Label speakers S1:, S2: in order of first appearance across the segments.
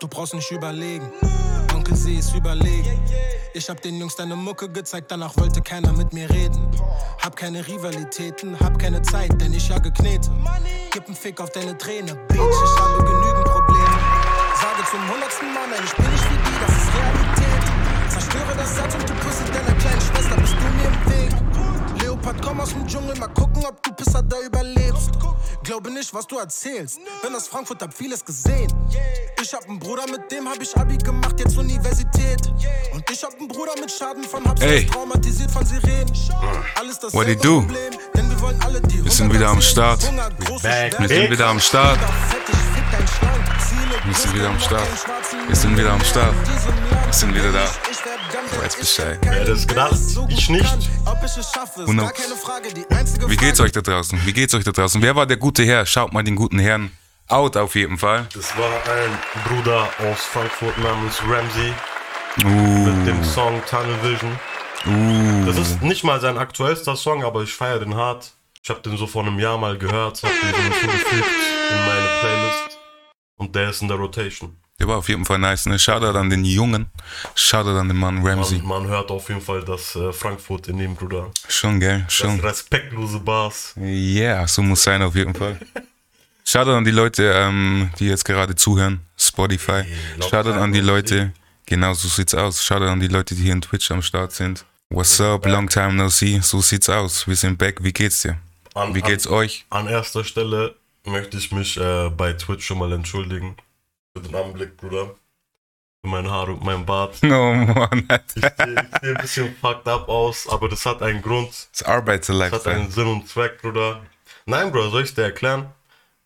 S1: du brauchst nicht überlegen. Onkel See ist überlegen. Ich hab den Jungs deine Mucke gezeigt, danach wollte keiner mit mir reden. Hab keine Rivalitäten, hab keine Zeit, denn ich jage Knete. Gib 'n Fick auf deine Träne, Bitch, ich habe genügend Probleme. Sage zum hundertsten Mal, nein, ich bin nicht wie die, das ist Realität. Zerstöre das Herz und du küsse deiner kleinen Schwester, bist du mir im Weg. Leopard, komm aus dem Dschungel, mal gucken, ob du Pisser da überlebst. Glaube nicht, was du erzählst, denn aus Frankfurt hab vieles gesehen. Ich hab einen Bruder, mit dem hab ich Abi gemacht, jetzt Universität. Und ich hab einen Bruder mit Schaden von Habs,
S2: Hey. Hm.
S1: traumatisiert von Sirenen. Alles das
S2: What it do?
S1: Problem, denn wir wollen alle die
S2: Wir sind wieder am Start.
S1: Hunger, große
S3: Back,
S1: Schwere.
S2: Wir sind wieder am Start.
S1: Wir sind wieder am Start. Wir sind wieder am Start. Wir sind wieder da. Weiß Bescheid.
S3: Wer hätte es gedacht? Ich nicht.
S2: knows? Wie geht's euch da draußen? Wie geht's euch da draußen? Wer war der gute Herr? Schaut mal den guten Herrn out auf jeden Fall.
S3: Das war ein Bruder aus Frankfurt namens Ramsey mit
S2: Uh,
S3: dem Song Tunnel Vision. Das ist
S2: Mm.
S3: nicht mal sein aktuellster Song, aber ich feiere den hart. Ich habe den so vor einem Jahr mal gehört, habe den so hinzugefügt in meine Playlist und der ist in der Rotation.
S2: der war auf jeden Fall nice. Ne? Shoutout an den Jungen. Shoutout an den Mann Ramsey.
S3: Und man hört auf jeden Fall, dass äh, Frankfurt in dem Bruder
S2: Schon, gell?
S3: das
S2: Schon.
S3: respektlose Bars.
S2: Yeah, so muss sein auf jeden Fall. Shoutout an die Leute, ähm, die jetzt gerade zuhören. Spotify.
S3: laut
S2: Shoutout an die
S3: Time,
S2: Leute. Genau so sieht's aus. Shoutout an die Leute, die hier in Twitch am Start sind. What's up? Long time no see. So sieht's aus. Wir sind back. Wie geht's dir?
S3: An,
S2: Wie geht's euch?
S3: An erster Stelle möchte ich mich äh, bei Twitch schon mal entschuldigen für den Anblick, Bruder. Für mein Haar und mein Bart.
S2: No, Mann. Alter.
S3: Ich sehe ein bisschen fucked up aus, aber das hat einen Grund.
S2: Das
S3: Das hat
S2: Arbeiterlifestyle.
S3: einen Sinn und Zweck, Bruder. Nein, Bruder, soll ich dir erklären?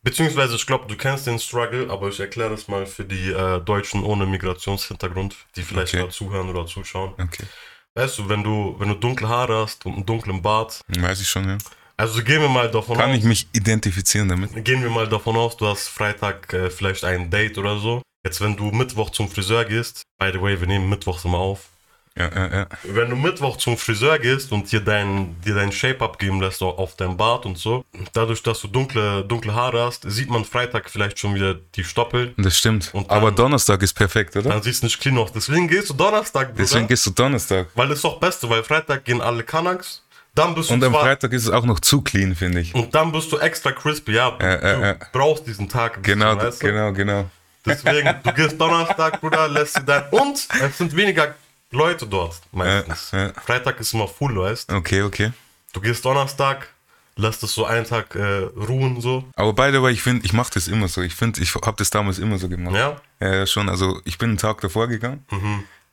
S3: Beziehungsweise, ich glaube, du kennst den Struggle, aber ich erkläre es mal für die äh, Deutschen ohne Migrationshintergrund, die vielleicht
S2: Okay.
S3: mal zuhören oder zuschauen.
S2: Okay.
S3: Weißt du, wenn du, wenn du dunkle Haare hast und einen dunklen Bart,
S2: Weiß ich schon, ja. Oh.
S3: also gehen wir mal davon
S2: Kann
S3: aus,
S2: ich mich identifizieren damit?
S3: gehen wir mal davon aus, du hast Freitag äh, vielleicht ein Date oder so. Jetzt, wenn du Mittwoch zum Friseur gehst, by the way, wir nehmen Mittwochs immer auf.
S2: Ja, ja, ja.
S3: Wenn du Mittwoch zum Friseur gehst und dir dein, dir dein Shape-Up geben lässt au- auf deinem Bart und so, dadurch, dass du dunkle, dunkle Haare hast, sieht man Freitag vielleicht schon wieder die Stoppel.
S2: Das stimmt.
S3: Und
S2: Aber
S3: dann-
S2: Donnerstag ist perfekt, oder?
S3: Dann siehst du nicht clean aus. Deswegen gehst du Donnerstag, Bruder.
S2: Deswegen gehst du Donnerstag.
S3: weil das ist doch Beste, weil Freitag gehen alle Kanaks. Dann bist du
S2: Und am
S3: zwar-
S2: Freitag ist es auch noch zu clean, finde ich.
S3: und dann bist du extra crispy, ja. Du,
S2: Äh, äh, äh.
S3: du brauchst diesen Tag. ein
S2: Genau,
S3: bisschen, weißt du?
S2: genau, genau.
S3: Deswegen, du gehst Donnerstag, Bruder, lässt sie dein. Und es sind weniger Leute dort meistens.
S2: Äh, äh.
S3: Freitag ist immer full, weißt du.
S2: Okay, okay.
S3: Du gehst Donnerstag, lässt es so einen Tag äh, ruhen, so.
S2: Aber by the way, ich finde, ich mache das immer so. Ich finde, ich habe das damals immer so gemacht.
S3: Ja?
S2: Äh, schon, also ich bin einen Tag davor gegangen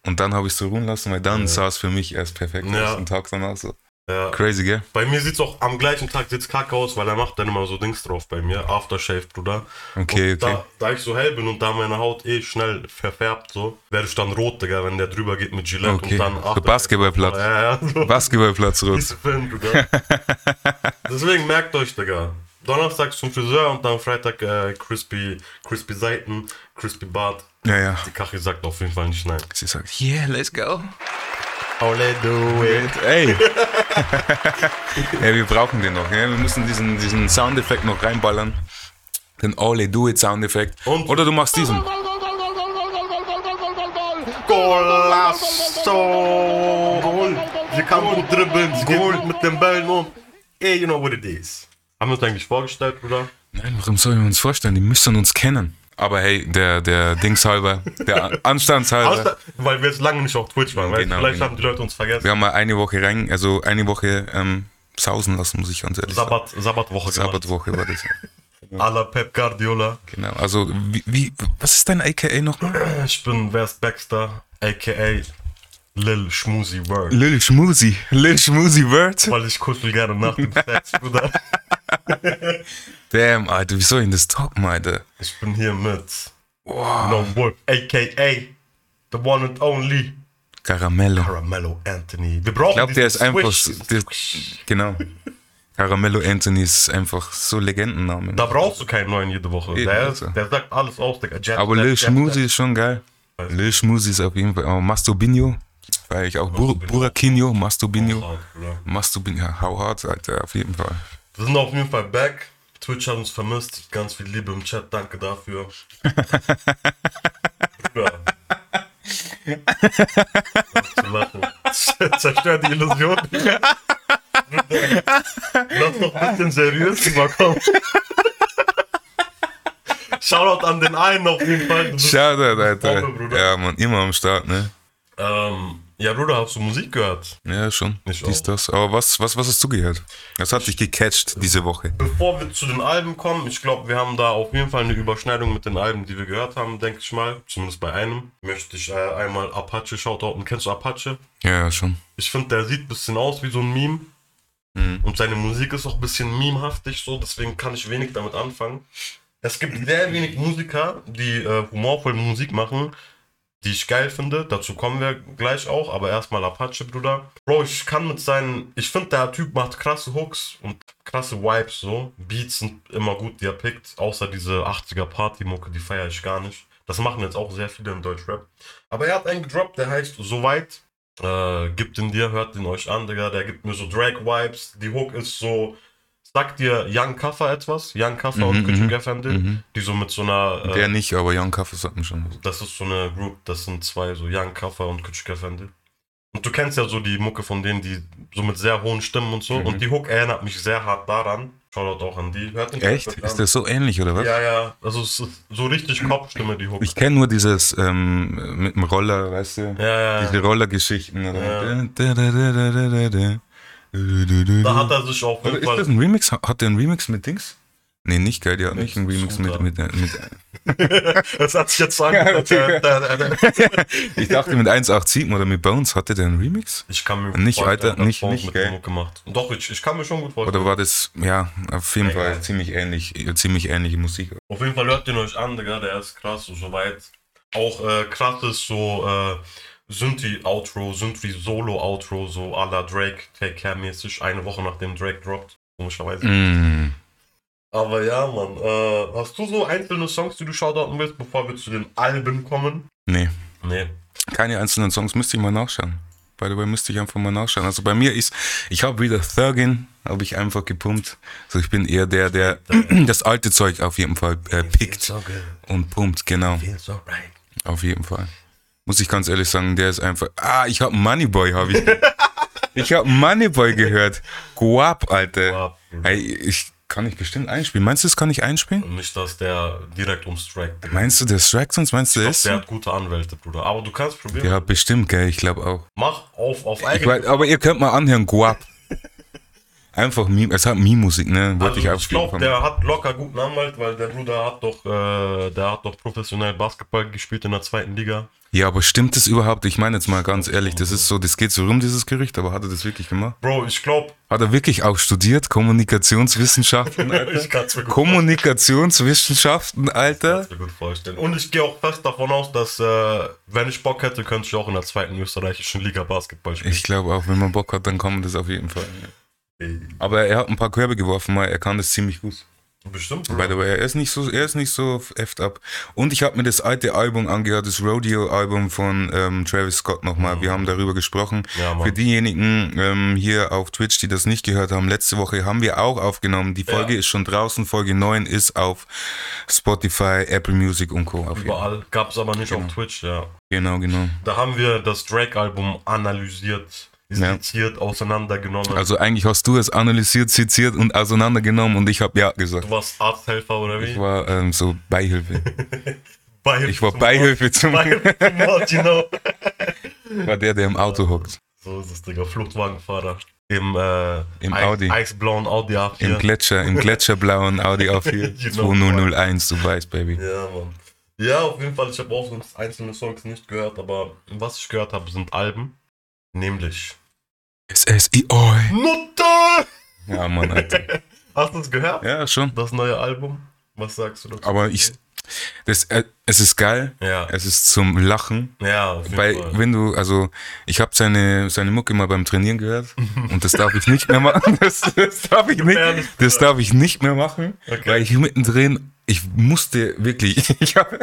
S2: und dann habe ich es so ruhen lassen, weil dann sah es für mich erst perfekt
S3: Ja.
S2: aus. Einen Tag danach so.
S3: Ja.
S2: Crazy, gell?
S3: Bei mir sieht's auch am gleichen Tag sieht's kacke aus, weil er macht dann immer so Dings drauf bei mir. Aftershave, Bruder.
S2: Okay,
S3: und
S2: okay.
S3: Da, da ich so hell bin und da meine Haut eh schnell verfärbt, so, werde ich dann rot, Digga, wenn der drüber geht mit Gillette
S2: Okay.
S3: und dann
S2: So Basketballplatz.
S3: Ja, ja, so.
S2: Basketballplatz rot.
S3: Diese Film, Bruder. Deswegen merkt euch, Digga. Donnerstag zum Friseur und dann Freitag äh, crispy, crispy Seiten, crispy Bart.
S2: Ja, ja.
S3: Die Kachi sagt auf jeden Fall nicht nein.
S2: Sie sagt, yeah, let's go.
S3: Ole do it.
S2: Ey. ja, wir brauchen den noch. Ja? Wir müssen diesen, diesen Soundeffekt noch reinballern. Den All They Do It Soundeffekt.
S3: Und-
S2: Oder du machst diesen.
S3: Golasso! Goal! Sie kann gut dribbeln, sie geht gut mit den Bällen um. Ey, you know what it is. Haben wir uns eigentlich vorgestellt, Bruder?
S2: Nein, warum sollen wir uns vorstellen? Die müssen uns kennen. Aber hey, der, der Dings halber, der Anstandshalber.
S3: Außer, weil wir jetzt lange nicht auf Twitch waren, weil
S2: Genau,
S3: vielleicht
S2: genau.
S3: haben die Leute uns vergessen.
S2: Wir haben mal eine Woche rein, also eine Woche ähm, sausen lassen, muss ich ganz ehrlich sagen.
S3: Sabbat, Sabbatwoche gemacht.
S2: Sabbatwoche war das. ja.
S3: A la Pep Guardiola.
S2: genau. Also, wie, wie, was ist dein AKA nochmal?
S3: Ich bin Wes Baxter, a.k.a. Lil Schmoozy Word.
S2: Lil Schmoozy. Lil Schmoozy Word.
S3: Weil ich kuschel gerne nach dem Sex, Bruder.
S2: Damn, Alter, wie soll ich denn das talken, Alter?
S3: Ich bin hier mit
S2: Wow.
S3: No Wolf, a.k.a. The one and only
S2: Caramello.
S3: Caramello Anthony. Wir brauchen
S2: Ich glaube, der ist
S3: diesen
S2: einfach.
S3: Swish.
S2: Der, genau. Caramello Anthony ist einfach so Legendenname.
S3: Da brauchst du keinen neuen jede Woche.
S2: Eben,
S3: Der,
S2: also.
S3: ist, der sagt alles aus, Digga. Jet,
S2: Aber
S3: Jet,
S2: Lil
S3: Jet,
S2: Schmoozy
S3: Jet.
S2: ist schon geil. Lil Schmoozy ist auf jeden Fall. Aber Masturbinho, weil ich auch Bur Buraquinho, Masturbinho. Masturbinho, ja, hau hart, Alter, auf jeden Fall.
S3: Wir sind auf jeden Fall back. Twitch hat uns vermisst. Ganz viel Liebe im Chat. Danke dafür. Hör zu lachen. Zerstört die Illusion. Lass doch ein bisschen seriös rüberkommen. Shoutout an den einen auf jeden Fall. Das ist-
S2: Shoutout, Alter.
S3: Bombe, Bruder.
S2: ja, man, immer am Start, ne?
S3: Ähm, ja, Bruder, hast du Musik gehört?
S2: Ja, schon.
S3: Ich
S2: Dies,
S3: auch.
S2: das. Aber was, was, was hast du gehört? Was hat dich gecatcht diese Woche?
S3: Bevor wir zu den Alben kommen, ich glaube, wir haben da auf jeden Fall eine Überschneidung mit den Alben, die wir gehört haben, denke ich mal. Zumindest bei einem. Möchte ich äh, einmal Apache shoutouten. Kennst du Apache?
S2: Ja, schon.
S3: Ich finde, der sieht ein bisschen aus wie so ein Meme. Und seine Musik ist auch ein bisschen memehaftig so, deswegen kann ich wenig damit anfangen. Es gibt sehr wenig Musiker, die äh, humorvoll Musik machen, die ich geil finde. Dazu kommen wir gleich auch, aber erstmal Apache, Bruder. Bro, ich kann mit seinen. Ich finde, der Typ macht krasse Hooks und krasse Vibes so. Beats sind immer gut, die er pickt. Außer diese 80er-Party-Mucke, die feiere ich gar nicht. Das machen jetzt auch sehr viele im Deutschrap. Aber er hat einen gedroppt, der heißt Soweit. Äh, gibt ihn dir, hört ihn euch an, Digga. Der gibt mir so Drag-Vibes. Die Hook ist so. Sagt dir Young Kaffer etwas? Young Kaffer und
S2: Mhm,
S3: Küchung
S2: mhm,
S3: Effendi,
S2: mhm.
S3: die so mit so einer. äh,
S2: Der nicht, aber Young Kaffee sagt mir schon was.
S3: das ist so eine Group, das sind zwei, so Young Kaffer und Küçük Efendi. Und du kennst ja so die Mucke von denen, die so mit sehr hohen Stimmen und
S2: Mhm.
S3: so. Und die Hook erinnert mich sehr hart daran. Shoutout auch an die. Hört den
S2: Echt?
S3: Track
S2: Ist
S3: an.
S2: das so ähnlich, oder was?
S3: Ja, ja. Also es ist so richtig Kopfstimme, die Hook.
S2: Ich kenne nur dieses ähm, mit dem Roller, weißt du?
S3: ja, ja.
S2: Diese Rollergeschichten.
S3: Ja.
S2: oder? Da, da, da, da, da, da, da. Du, du, du,
S3: Da
S2: du.
S3: hat er sich auf
S2: Oder Also ist
S3: jeden Fall.
S2: das ein Remix? Hat der einen Remix mit Dings? Nee, nicht geil, der hat nicht einen
S3: das ist
S2: Remix
S3: unter.
S2: mit, mit, mit. äh,
S3: Das hat sich jetzt so angehört.
S2: Ja,
S3: Da, da, da.
S2: Ich dachte mit 187 oder mit Bones, hatte der einen Remix?
S3: Ich kann mir gut
S2: Nicht
S3: vorstellen,
S2: weiter,
S3: dass
S2: nicht-
S3: Bones
S2: nicht,
S3: mit der
S2: gell?
S3: Mucke macht. Doch, ich, ich kann mir schon gut vorstellen.
S2: Oder war das, ja, auf jeden
S3: Egal.
S2: Fall ziemlich ähnlich, äh, ziemlich ähnliche Musik.
S3: Auf jeden Fall hört den euch an, Digga, der ist krass und soweit. Auch äh, krasses so äh, Synthi-Outro, Synthi-Solo-Outro, so à la Drake, Take Care mäßig, eine Woche nachdem Drake droppt, komischerweise.
S2: Mm.
S3: Aber ja, Mann, äh, hast du so einzelne Songs, die du shoutouten willst, bevor wir zu den Alben kommen?
S2: Nee,
S3: Nee.
S2: keine einzelnen Songs, müsste ich mal nachschauen. By the way, müsste ich einfach mal nachschauen. Also bei mir ist, ich habe wieder Thurgin, habe ich einfach gepumpt. Also ich bin eher der, der das alte Zeug auf jeden Fall äh, pickt
S3: So good,
S2: und pumpt, genau.
S3: feels alright.
S2: Auf jeden Fall. Muss ich ganz ehrlich sagen, der ist einfach. Ah, ich hab Moneyboy, habe ich. ich hab Moneyboy gehört. Guap, Alter.
S3: Guap.
S2: Ey, ich kann ich bestimmt einspielen. Meinst du, das kann ich einspielen?
S3: Und nicht, dass der direkt umstrackt. Digga.
S2: Meinst du, der strikes uns? Meinst du, der
S3: Doch,
S2: ist?
S3: der hat gute Anwälte, Bruder. Aber du kannst probieren.
S2: Ja, bestimmt, gell, ich glaube auch.
S3: Mach auf, auf
S2: Ich
S3: eigene
S2: weiß, aber ihr könnt mal anhören, Guap. Einfach Meme, es hat Meme-Musik, ne? Wollte
S3: Also
S2: ich
S3: ich,
S2: aufspielen.
S3: glaube, der hat locker guten Anwalt, weil der Bruder hat doch, äh, der hat doch professionell Basketball gespielt in der zweiten Liga.
S2: ja, aber stimmt das überhaupt? Ich meine jetzt mal ganz ehrlich, das ist so, das geht so rum, dieses Gerücht, aber hat er das wirklich gemacht?
S3: Bro, ich glaube,
S2: Hat er wirklich auch studiert? Kommunikationswissenschaften,
S3: ich kann es mir, gut-
S2: Kommunikationswissenschaften, Alter.
S3: kann's mir gut vorstellen. Und ich gehe auch fest davon aus, dass, äh, wenn ich Bock hätte, könnte ich auch in der zweiten österreichischen Liga Basketball spielen.
S2: Ich glaube auch, wenn man Bock hat, dann kann man das auf jeden Fall. Aber er hat ein paar Körbe geworfen, mal. er kann das ziemlich gut.
S3: Bestimmt,
S2: By
S3: Bro.
S2: the way, er ist nicht so, er ist nicht so effed up. Und ich habe mir das alte Album angehört, das Rodeo-Album von ähm, Travis Scott nochmal. Wir haben darüber gesprochen.
S3: Mhm. Ja, Mann.
S2: Für diejenigen ähm, hier auf Twitch, die das nicht gehört haben, letzte Woche haben wir auch aufgenommen. Die Folge
S3: Ja.
S2: ist schon draußen. Folge 9 ist auf Spotify, Apple Music und Co. Auf jeden Fall.
S3: Überall. Gab es aber nicht auf Twitch, ja.
S2: Genau, genau.
S3: Da haben wir das Drake-Album analysiert, seziert, auseinandergenommen.
S2: Also eigentlich hast du es analysiert, zitiert und auseinandergenommen und ich habe ja gesagt.
S3: du warst Arzthelfer oder
S2: Ich
S3: wie?
S2: war ähm, so Beihilfe.
S3: Beihilfe
S2: Ich war
S3: zum
S2: Beihilfe zum
S3: Mord. Beihilfe zum Mord, genau.
S2: war der, der im Auto hockt.
S3: So ist es, Digga. Fluchtwagenfahrer. Im, äh,
S2: Im
S3: Eis-
S2: Audi.
S3: Eisblauen Audi A4.
S2: Im Gletscher, im gletscherblauen Audi A4
S3: Genau.
S2: 2001, du weißt, Baby.
S3: ja, Mann. Ja, auf jeden Fall. Ich habe auch sonst einzelne Songs nicht gehört, aber was ich gehört habe, sind Alben. Nämlich.
S2: SSIO.
S3: Nutte!
S2: Ja, Mann, Alter.
S3: Hast du es gehört?
S2: Ja, schon.
S3: Das neue Album? Was sagst du dazu?
S2: Aber ich. Das, äh, es ist geil.
S3: Ja.
S2: Es ist zum Lachen.
S3: Ja, auf jeden
S2: Weil,
S3: Fall.
S2: wenn du, also, ich habe seine, seine Mucke mal beim Trainieren gehört und das darf ich nicht mehr machen. Das, das, darf, ich nicht,
S3: Gefährlich.
S2: das darf ich nicht mehr machen,
S3: Okay.
S2: weil ich mittendrin, ich musste wirklich, ich habe,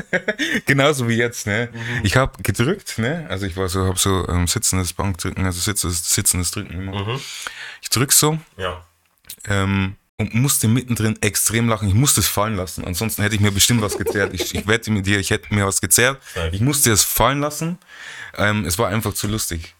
S2: genauso wie jetzt, ne,
S3: Mhm.
S2: ich habe gedrückt, ne, also ich war so, habe so ähm, sitzendes
S3: Mhm.
S2: Bankdrücken, also sitzendes, sitzendes Drücken gemacht. Ich drück so,
S3: Ja.
S2: ähm, und musste mittendrin extrem lachen. Ich musste es fallen lassen. Ansonsten hätte ich mir bestimmt was gezerrt. Ich, ich wette mit dir, ich hätte mir was gezerrt. Ich musste es fallen lassen. Ähm, es war einfach zu lustig.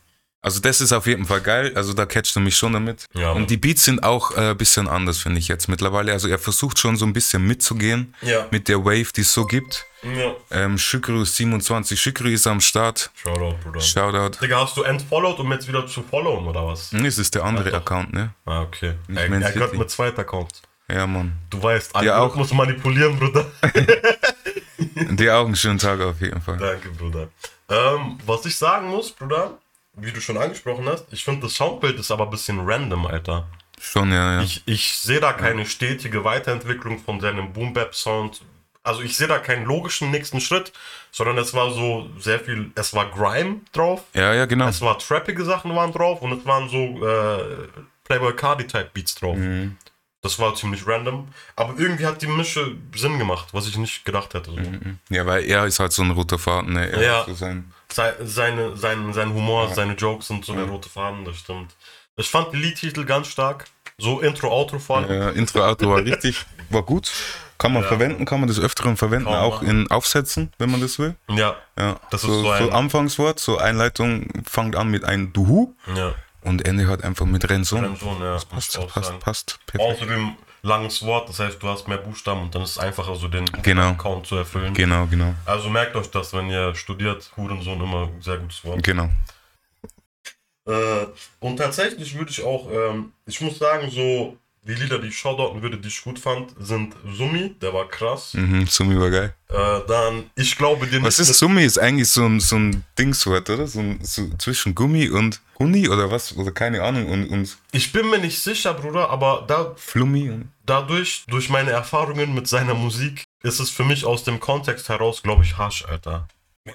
S2: Also das ist auf jeden Fall geil. Also da catchst du mich schon damit.
S3: Ja, Mann.
S2: und die Beats sind auch äh, ein bisschen anders, finde ich jetzt mittlerweile. Also er versucht schon so ein bisschen mitzugehen
S3: Ja.
S2: mit der Wave, die es so gibt.
S3: Ja.
S2: Ähm, Shukru ist 27. Shukru ist am Start.
S3: Shoutout, Bruder.
S2: Shoutout.
S3: Digga, hast du entfollowed, um jetzt wieder zu followen, oder was?
S2: Nee, es ist der andere
S3: Ja, doch.
S2: Account, ne?
S3: Ah, okay. Ey,
S2: Man
S3: er
S2: City.
S3: gehört mit zweiter Account.
S2: Ja, Mann.
S3: Du weißt,
S2: Ja,
S3: Algorithmus muss manipulieren, Bruder.
S2: Dir auch einen schönen Tag auf jeden Fall.
S3: Danke, Bruder. Ähm, was ich sagen muss, Bruder, wie du schon angesprochen hast, ich finde das Soundbild ist aber ein bisschen random, Alter.
S2: Schon, ja, ja.
S3: Ich, ich sehe da keine stetige Weiterentwicklung von seinem Boom-Bap-Sound. Also ich sehe da keinen logischen nächsten Schritt, sondern es war so sehr viel, es war Grime drauf,
S2: Ja, ja, genau.
S3: es war trappige Sachen waren drauf und es waren so äh, Playboy Cardi-Type-Beats drauf. Das war ziemlich random, aber irgendwie hat die Mische Sinn gemacht, was ich nicht gedacht hätte. So.
S2: Ja, weil er ist halt so ein roter Faden, ne? Er
S3: Ja.
S2: ist So sein.
S3: Se- seine, sein, sein Humor, seine Jokes sind so der rote Faden, das stimmt. Ich fand den Liedtitel ganz stark. So Intro, Outro vor allem.
S2: Äh, Intro Auto war richtig, war gut. Kann man verwenden, kann man des Öfteren verwenden,
S3: Kann man
S2: auch in Aufsätzen, wenn man das will.
S3: Ja.
S2: Ja.
S3: Das ist
S2: so,
S3: so ein-
S2: Anfangswort, so Einleitung fangt an mit ein Duhu
S3: ja.
S2: und Ende halt einfach mit Renson.
S3: Renson, ja.
S2: Das passt,
S3: muss ich auch
S2: passt,
S3: sagen.
S2: passt. Perfekt.
S3: Außerdem langes Wort, das heißt, du hast mehr Buchstaben und dann ist es einfacher, so den
S2: Genau.
S3: Account zu erfüllen.
S2: Genau, genau.
S3: Also merkt euch das, wenn ihr studiert, Hurensohn immer ein sehr gutes Wort.
S2: Genau.
S3: Äh, und tatsächlich würde ich auch, ähm, ich muss sagen, so die Lieder, die ich shoutouten würde, die ich gut fand, sind Sumi, der war krass.
S2: Mhm, Sumi war geil.
S3: Äh, dann, ich glaube dir
S2: Was ist Sumi? Ist eigentlich so ein, so ein Dingswort, oder? So, ein, so zwischen Gummi und Huni oder was? Oder keine Ahnung. Und, und
S3: Ich bin mir nicht sicher, Bruder, aber da,
S2: Flummi. Und
S3: dadurch, durch meine Erfahrungen mit seiner Musik, ist es für mich aus dem Kontext heraus, glaube ich, harsch, Alter.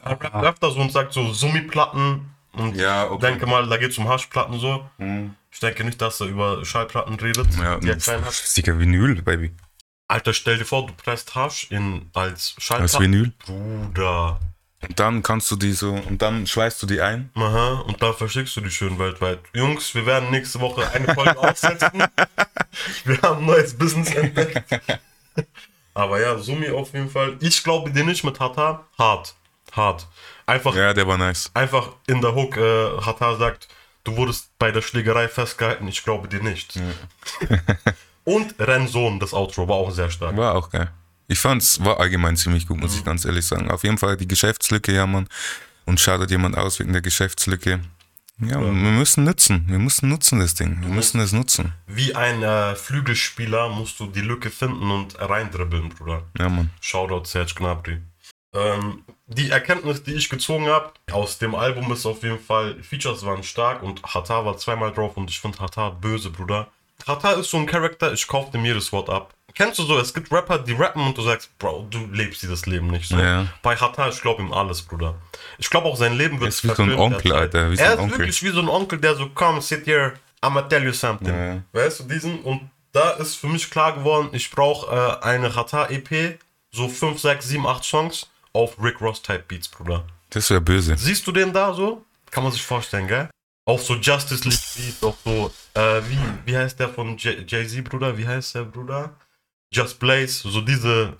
S3: Er rappt öfter so und sagt so Summi-Platten
S2: Ah.
S3: und
S2: Ja,
S3: ich
S2: okay. Hm.
S3: denke mal, da geht es um Haschplatten so. Ich denke nicht, dass er über Schallplatten redet,
S2: ja,
S3: die er klein hat.
S2: Sticker Vinyl, Baby.
S3: Alter, stell dir vor, du presst Hasch in, als
S2: Als
S3: Schallplatten.
S2: Vinyl.
S3: Bruder.
S2: Und dann kannst du die so, und dann schweißt du die ein.
S3: Aha, und da verschickst du die schön weltweit. Jungs, wir werden nächste Woche eine Folge aufsetzen. Wir haben ein neues Business entdeckt. Aber ja, Sumi auf jeden Fall. Ich glaube dir nicht mit Hatta. Hart. Hart. Einfach,
S2: Ja, der war nice.
S3: einfach in der Hook, äh, Hatta sagt, du wurdest bei der Schlägerei festgehalten. Ich glaube dir nicht. und Renson, das Outro, war auch sehr stark.
S2: War auch geil. Ich fand's, war allgemein ziemlich gut, muss ich ganz ehrlich sagen. Auf jeden Fall die Geschäftslücke, ja, Mann. Und schadet jemand aus wegen der Geschäftslücke. Ja, wir müssen nutzen. Wir müssen nutzen, das Ding. Wir müssen es nutzen.
S3: Wie ein äh, Flügelspieler musst du die Lücke finden und reindribbeln, Bruder.
S2: Ja, Mann.
S3: Shoutout Serge Gnabry. Ähm, die Erkenntnis, die ich gezogen habe aus dem Album, ist auf jeden Fall, Features waren stark und Hatar war zweimal drauf und ich finde Hatar böse, Bruder. Hatar ist so ein Charakter, ich kaufe dem jedes Wort ab. Kennst du so, es gibt Rapper, die rappen und du sagst, Bro, du lebst dieses Leben nicht so.
S2: Ja.
S3: Bei Hatar, ich glaube ihm alles, Bruder. Ich glaube auch sein Leben wird
S2: ist wie so ein
S3: verfilmt
S2: Onkel,
S3: derzeit.
S2: Alter, wie so
S3: er
S2: ein
S3: ist
S2: Onkel.
S3: wirklich wie so ein Onkel, der so, come, sit here, I'ma tell you something.
S2: Ja.
S3: Weißt du, diesen, und da ist für mich klar geworden, ich brauche äh, eine Rata-EP, so 5, 6, 7, 8 Songs auf Rick Ross-Type Beats, Bruder.
S2: Das wäre böse.
S3: Siehst du den da so? Kann man sich vorstellen, gell? Auf so Justice League Beats, auf so, äh, wie, wie heißt der von Jay- Jay-Z, Bruder? Wie heißt der, Bruder? Just Blaze, so diese.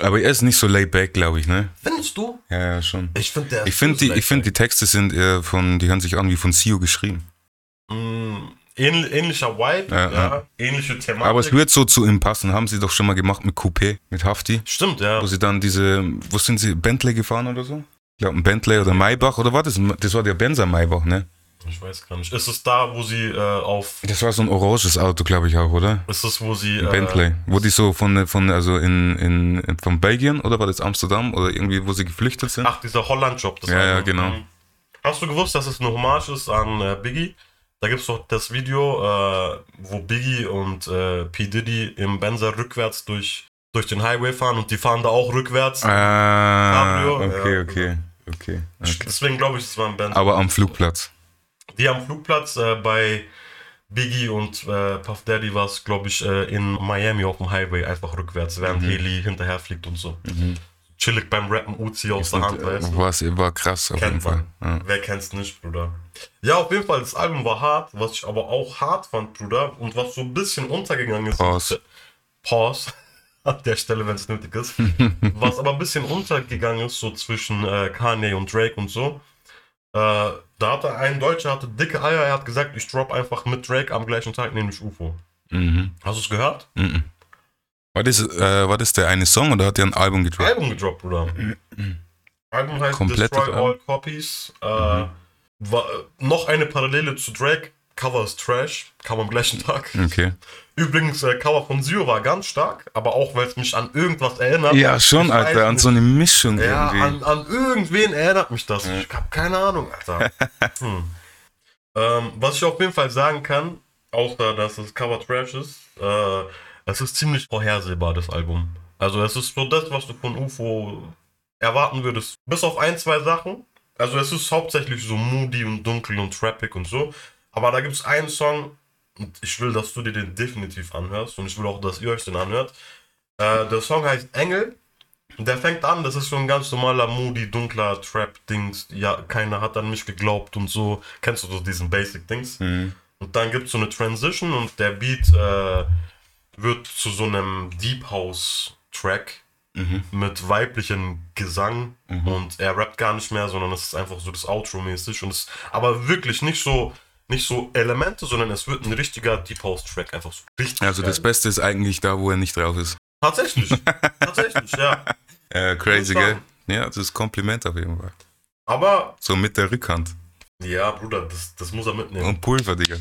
S2: Aber er ist nicht so laid back, glaube ich, ne?
S3: Findest du?
S2: Ja, ja, schon.
S3: Ich finde der.
S2: Ich finde die, ich find die Texte sind eher von, die hören sich an wie von Sio geschrieben.
S3: Mm, ähnl ähnlicher Vibe,
S2: Ja,
S3: ja,
S2: ja.
S3: Ähnliche Thematik.
S2: Aber es wird so zu ihm passen. Haben sie doch schon mal gemacht mit Coupé, mit Hafti.
S3: Stimmt, ja.
S2: Wo sie dann diese, wo sind sie, Bentley gefahren oder so? Ich glaube, ein Bentley oder Maybach oder war das? Das war der Benzer Maybach, ne?
S3: Ich weiß gar nicht. Ist es da, wo sie äh, auf.
S2: Das war so ein oranges Auto, glaube ich auch, oder?
S3: Ist es, wo sie.
S2: Ein
S3: äh,
S2: Bentley. Wo die so von, von also in, in, in- von Belgien oder war das Amsterdam oder irgendwie, wo sie geflüchtet sind?
S3: Ach, dieser Holland-Job. das
S2: Ja,
S3: war-
S2: ja, genau.
S3: Hast du gewusst, dass es eine Hommage ist an äh, Biggie? Da gibt es doch das Video, äh, wo Biggie und äh, P. Diddy im Benzer rückwärts durch, durch den Highway fahren und die fahren da auch rückwärts.
S2: Ah,
S3: Cabrio,
S2: okay,
S3: ja. genau.
S2: okay, okay, okay.
S3: Deswegen glaube ich, das war ein Benzer.
S2: Aber am Flugplatz.
S3: Die am Flugplatz äh, bei Biggie und äh, Puff Daddy war es, glaube ich, äh, in Miami auf dem Highway einfach rückwärts, während Heli hinterher fliegt und so. chillig beim Rappen Uzi aus der Hand, weißt du?
S2: Was, äh, war krass auf jeden
S3: Kennt
S2: Fall.
S3: man.
S2: Ja.
S3: Wer kennt's nicht, Bruder? Ja, auf jeden Fall, das Album war hart, was ich aber auch hart fand, Bruder, und was so ein bisschen untergegangen ist.
S2: Pause.
S3: Pause. An der Stelle, wenn es nötig ist. was aber ein bisschen untergegangen ist, so zwischen äh, Kanye und Drake und so. Äh, da hatte ein Deutscher, hatte dicke Eier, er hat gesagt, ich drop einfach mit Drake am gleichen Tag, nämlich UFO.
S2: Mhm.
S3: Hast du es gehört?
S2: Mhm. War das, äh, war das der eine Song oder hat er ein Album gedroppt?
S3: Album gedroppt, Bruder. Album heißt
S2: Komplettes
S3: Destroy
S2: Album. Mhm.
S3: All Copies. Äh, war, äh, noch eine Parallele zu Drake. Cover ist Trash. Kam am gleichen Tag.
S2: Okay.
S3: Übrigens, äh, Cover von Zio war ganz stark, aber auch, weil es mich an irgendwas erinnert.
S2: Ja, schon,
S3: Ich
S2: Alter,
S3: weiß
S2: an
S3: nicht.
S2: so eine Mischung
S3: Ja,
S2: irgendwie.
S3: an, an irgendwen erinnert mich das. Ich habe keine Ahnung, Alter. Hm. ähm, was ich auf jeden Fall sagen kann, außer dass es Cover Trash ist, äh, es ist ziemlich vorhersehbar, das Album. Also es ist so das, was du von UFO erwarten würdest. Bis auf ein, zwei Sachen. Also es ist hauptsächlich so moody und dunkel und trappig und so. Aber da gibt es einen Song, und ich will, dass du dir den definitiv anhörst. Und ich will auch, dass ihr euch den anhört. Äh, der Song heißt Engel. Der fängt an, das ist so ein ganz normaler Moody, dunkler Trap-Dings. Ja, keiner hat an mich geglaubt und so. Kennst du so diesen Basic-Dings?
S2: Mhm.
S3: Und dann gibt es so eine Transition und der Beat äh, wird zu so einem Deep House-Track
S2: Mhm.
S3: mit weiblichem Gesang. Und er rappt gar nicht mehr, sondern es ist einfach so das Outro-mäßig. Und es, aber wirklich nicht so, nicht so Elemente, sondern es wird ein richtiger Deep House-Track. Einfach so richtig.
S2: Also das
S3: geil.
S2: Beste ist eigentlich da, wo er nicht drauf ist.
S3: Tatsächlich. Tatsächlich, ja.
S2: Äh, crazy,
S3: Muss
S2: gell?
S3: sagen.
S2: Ja, das ist Kompliment auf jeden Fall.
S3: Aber
S2: So mit der Rückhand.
S3: Ja, Bruder, das, das muss er mitnehmen.
S2: Und Pulver, Digga.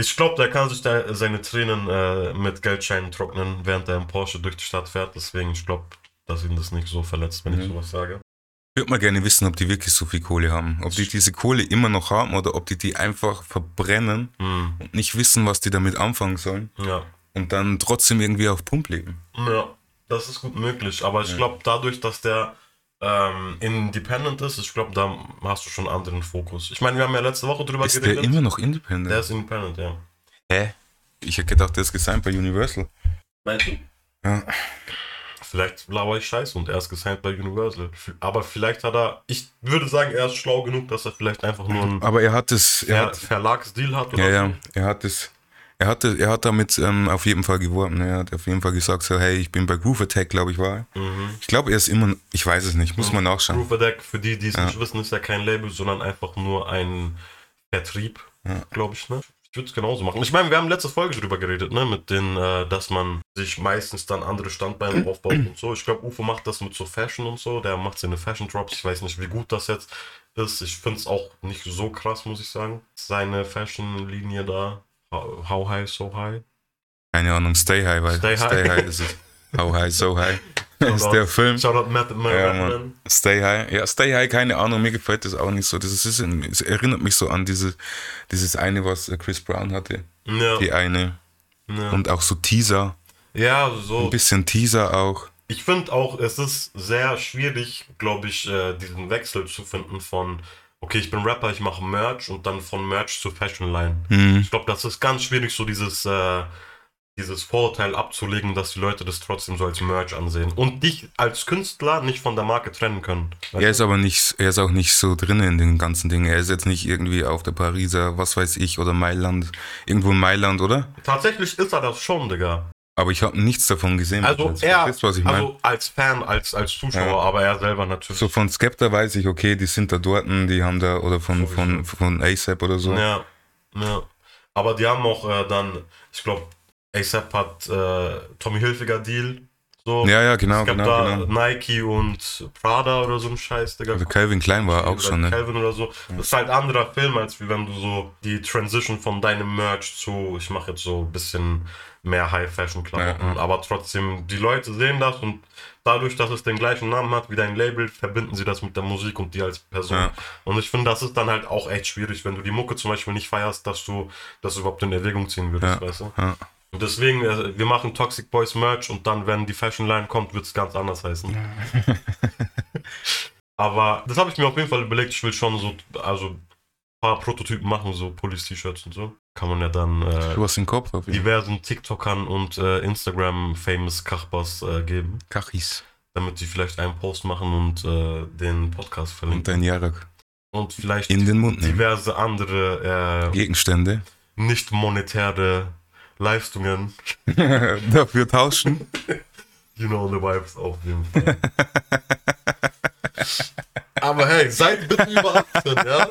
S3: Ich glaube, der kann sich da seine Tränen äh, mit Geldscheinen trocknen, während er im Porsche durch die Stadt fährt. Deswegen, ich glaube, dass ihn das nicht so verletzt, wenn ich sowas sage.
S2: würde mal gerne wissen, ob die wirklich so viel Kohle haben. Ob die diese Kohle immer noch haben oder ob die die einfach verbrennen
S3: Hm,
S2: und nicht wissen, was die damit anfangen sollen
S3: ja.
S2: und dann trotzdem irgendwie auf Pump leben.
S3: ja, das ist gut möglich. Aber ich glaube, dadurch, dass der ähm, independent ist, ich glaube, da hast du schon einen anderen Fokus. Ich meine, wir haben ja letzte Woche drüber
S2: Ist der
S3: geredet.
S2: immer noch ne?
S3: der
S2: independent?
S3: ist independent, ja.
S2: Hä? Ich hätte gedacht, der ist gesigned bei Universal.
S3: Meinst du?
S2: Ja.
S3: Vielleicht laber ich scheiße und er ist gesigned bei Universal. Aber vielleicht hat er, ich würde sagen, er ist schlau genug, dass er vielleicht einfach nur einen
S2: Aber er hat es, er
S3: Ver
S2: hat,
S3: Verlagsdeal hat oder
S2: ja, ja,
S3: so.
S2: er hat es, er hatte, er hat damit ähm, auf jeden Fall geworben. Er hat auf jeden Fall gesagt, so, hey, ich bin bei Groove Attack, glaube ich, war. er.
S3: Mhm.
S2: Ich glaube, er ist immer, ich weiß es nicht, muss man nachschauen.
S3: Groove Attack, für die, die es nicht wissen, ist ja kein Label, sondern einfach nur ein Vertrieb, glaube ich, ne? Ich würde es genauso machen. Ich meine, wir haben letzte Folge drüber geredet, ne? Mit den, äh, dass man sich meistens dann andere Standbeine aufbaut und so. Ich glaube, Ufo macht das mit so Fashion und so. Der macht seine Fashion Drops. Ich weiß nicht, wie gut das jetzt ist. Ich finde es auch nicht so krass, muss ich sagen. Seine Fashion-Linie da. How how high, so high.
S2: Keine Ahnung, Stay High, weil
S3: Stay High.
S2: Stay High ist es. How High, So High. Das ist der Film.
S3: Shoutout Matt, Matt
S2: Ja,
S3: Redman.
S2: Mann. Stay High. Ja, Stay High, keine Ahnung, mir gefällt das auch nicht so. Das ist, es erinnert mich so an diese, dieses eine, was äh, Chris Brown hatte.
S3: Ja,
S2: Die eine.
S3: ja.
S2: Und auch so Teaser.
S3: ja, so.
S2: Ein bisschen Teaser auch.
S3: Ich finde auch, es ist sehr schwierig, glaube ich, äh, diesen Wechsel zu finden von, okay, ich bin Rapper, ich mache Merch und dann von Merch zu Fashion Line.
S2: Mhm.
S3: Ich glaube, das ist ganz schwierig, so dieses, äh, dieses Vorurteil abzulegen, dass die Leute das trotzdem so als Merch ansehen und dich als Künstler nicht von der Marke trennen können.
S2: Er ist aber nicht, er ist auch nicht so drin in den ganzen Dingen. Er ist jetzt nicht irgendwie auf der Pariser, was weiß ich, oder Mailand. Irgendwo in Mailand, oder?
S3: Tatsächlich ist er das schon, Digga.
S2: Aber ich habe nichts davon gesehen.
S3: Also
S2: Verstehst
S3: er,
S2: du, was ich meine?
S3: also als Fan, als, als Zuschauer,
S2: Ja.
S3: aber er selber natürlich.
S2: so von Skepta weiß ich, okay, die sind da dort, die haben da, oder von, von, von ASAP oder so.
S3: Ja, ja. Aber die haben auch äh, dann, ich glaube, ASAP hat äh, Tommy Hilfiger Deal. So.
S2: Ja, ja, genau,
S3: es gab
S2: genau,
S3: da
S2: genau.
S3: Nike und Prada oder so ein Scheiß, Digga.
S2: Also Calvin Klein war auch
S3: Oder
S2: schon, ne?
S3: Calvin oder so. Das ist halt ein anderer Film, als wie wenn du so die Transition von deinem Merch zu, ich mache jetzt so ein bisschen mehr High-Fashion-Klamotten.
S2: Ja, ja.
S3: Aber trotzdem, die Leute sehen das und dadurch, dass es den gleichen Namen hat wie dein Label, verbinden sie das mit der Musik und dir als Person.
S2: Ja.
S3: Und ich finde, das ist dann halt auch echt schwierig, wenn du die Mucke zum Beispiel nicht feierst, dass du das überhaupt in Erwägung ziehen würdest,
S2: Ja.
S3: weißt du?
S2: Ja.
S3: Und deswegen, äh, wir machen Toxic Boys Merch und dann, wenn die Fashion Line kommt, wird es ganz anders heißen. Aber das habe ich mir auf jeden Fall überlegt. Ich will schon so, also ein paar Prototypen machen, so Police-T-Shirts und so. Kann man ja dann äh,
S2: Du hast den Kopf auf jeden Fall.
S3: diversen TikTokern und äh, Instagram-Famous Kachbars äh, geben.
S2: Kachis.
S3: damit sie vielleicht einen Post machen und äh, den Podcast
S2: Und
S3: verlinken.
S2: ein Jarak.
S3: Und vielleicht
S2: In den Mund nehmen.
S3: diverse andere äh,
S2: Gegenstände.
S3: nicht monetäre Leistungen.
S2: Dafür tauschen.
S3: You know the vibes auf jeden Fall. Aber hey, seid bitte über 18, ja?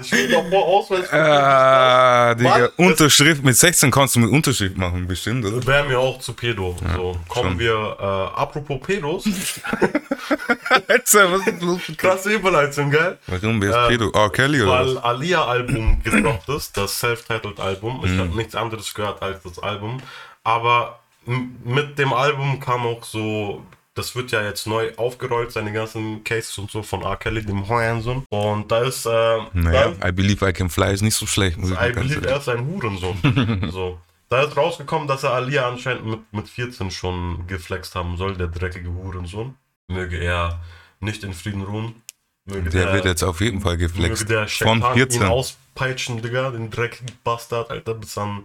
S3: Ich will davor Ausweis
S2: Ah, Digga.
S3: Mann, das-
S2: Unterschrift. Mit 16 kannst du mit Unterschrift machen, bestimmt, oder?
S3: Wäre mir auch zu Pedo. so, kommen wir, äh, apropos Pedos,
S2: Alter, was ist los?
S3: krasse Überleitung, gell?
S2: Warum? Wer ist Pedo? Oh, Kelly oder
S3: Äh, Weil
S2: was?
S3: Alia-Album gebraucht ist, das Self-Titled Album. Ich habe nichts anderes gehört als das Album. Aber m- mit dem Album kam auch so, das wird ja jetzt neu aufgerollt, seine ganzen Cases und so von R. Kelly, dem Hohensohn. Und da ist, äh,
S2: Naja,
S3: dann-
S2: I believe I can fly ist nicht so schlecht. muss ich
S3: I
S2: mal ganz
S3: believe,
S2: ehrlich-
S3: er ist ein Hurensohn. so. Da ist rausgekommen, dass er Alia anscheinend mit, mit 14 schon geflext haben soll, der dreckige Hurensohn. Möge er nicht in Frieden ruhen. Möge
S2: Der wird jetzt auf jeden Fall
S3: möge
S2: geflext.
S3: der
S2: Von
S3: Shaitan ihn
S2: 14.
S3: auspeitschen, Digga, den dreckigen Bastard, Alter, bis, an,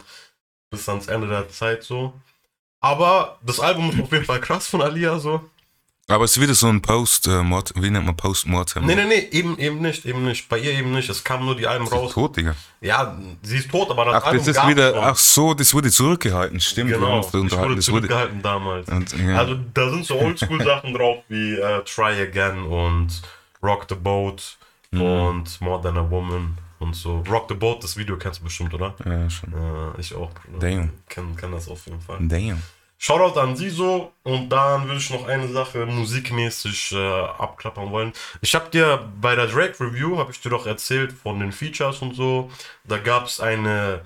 S3: bis ans Ende der Zeit so. Aber das Album ist auf jeden Fall krass von Alia so.
S2: Aber es ist wieder so ein Post-Mort. Wie nennt man Post-Mortem?
S3: Nee, nee, nee, eben, eben nicht, eben nicht. Bei ihr eben nicht. Es kam nur die Alben
S2: Ist
S3: raus.
S2: tot, Digga.
S3: Ja, sie ist tot, aber das
S2: Ach,
S3: Album
S2: das ist
S3: gab's
S2: wieder.
S3: schon.
S2: Ach so, das wurde zurückgehalten. Stimmt, wir haben
S3: Genau,
S2: uns da
S3: ich
S2: unterhalten.
S3: wurde
S2: Das wurde.
S3: zurückgehalten damals.
S2: Und, ja.
S3: Also da sind so Oldschool-Sachen drauf wie äh, Try Again und Rock the Boat
S2: Mhm.
S3: und More Than a Woman und so. Rock the Boat, das Video kennst du bestimmt, oder?
S2: Ja, schon.
S3: Äh, ich auch. Bruder.
S2: Damn.
S3: Kenn, kenn das auf jeden Fall.
S2: Damn.
S3: Shoutout an sie so und dann würde ich noch eine Sache musikmäßig äh, abklappern wollen. Ich habe dir bei der Drake Review, habe ich dir doch erzählt von den Features und so, da gab es eine,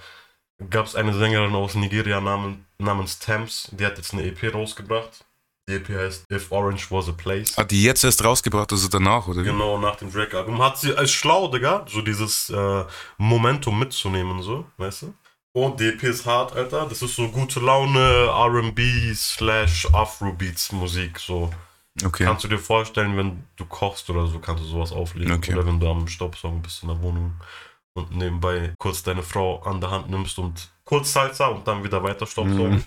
S3: gab's eine Sängerin aus Nigeria namen, namens Thames, die hat jetzt eine EP rausgebracht. Die EP heißt If Orange Was a Place.
S2: Hat die jetzt erst rausgebracht, also danach, oder wie?
S3: Genau, nach dem Drake-Album. Hat sie als schlau, Digga, so dieses äh, Momentum mitzunehmen, so, weißt du? Und DP ist hart, Alter. Das ist so gute Laune, RB slash Afrobeats Musik, so.
S2: Okay.
S3: Kannst du dir vorstellen, wenn du kochst oder so, kannst du sowas auflegen.
S2: Okay.
S3: Oder wenn du am Staubsaugen bist in der Wohnung und nebenbei kurz deine Frau an der Hand nimmst und kurz Salsa und dann wieder weiter Staubsaugen.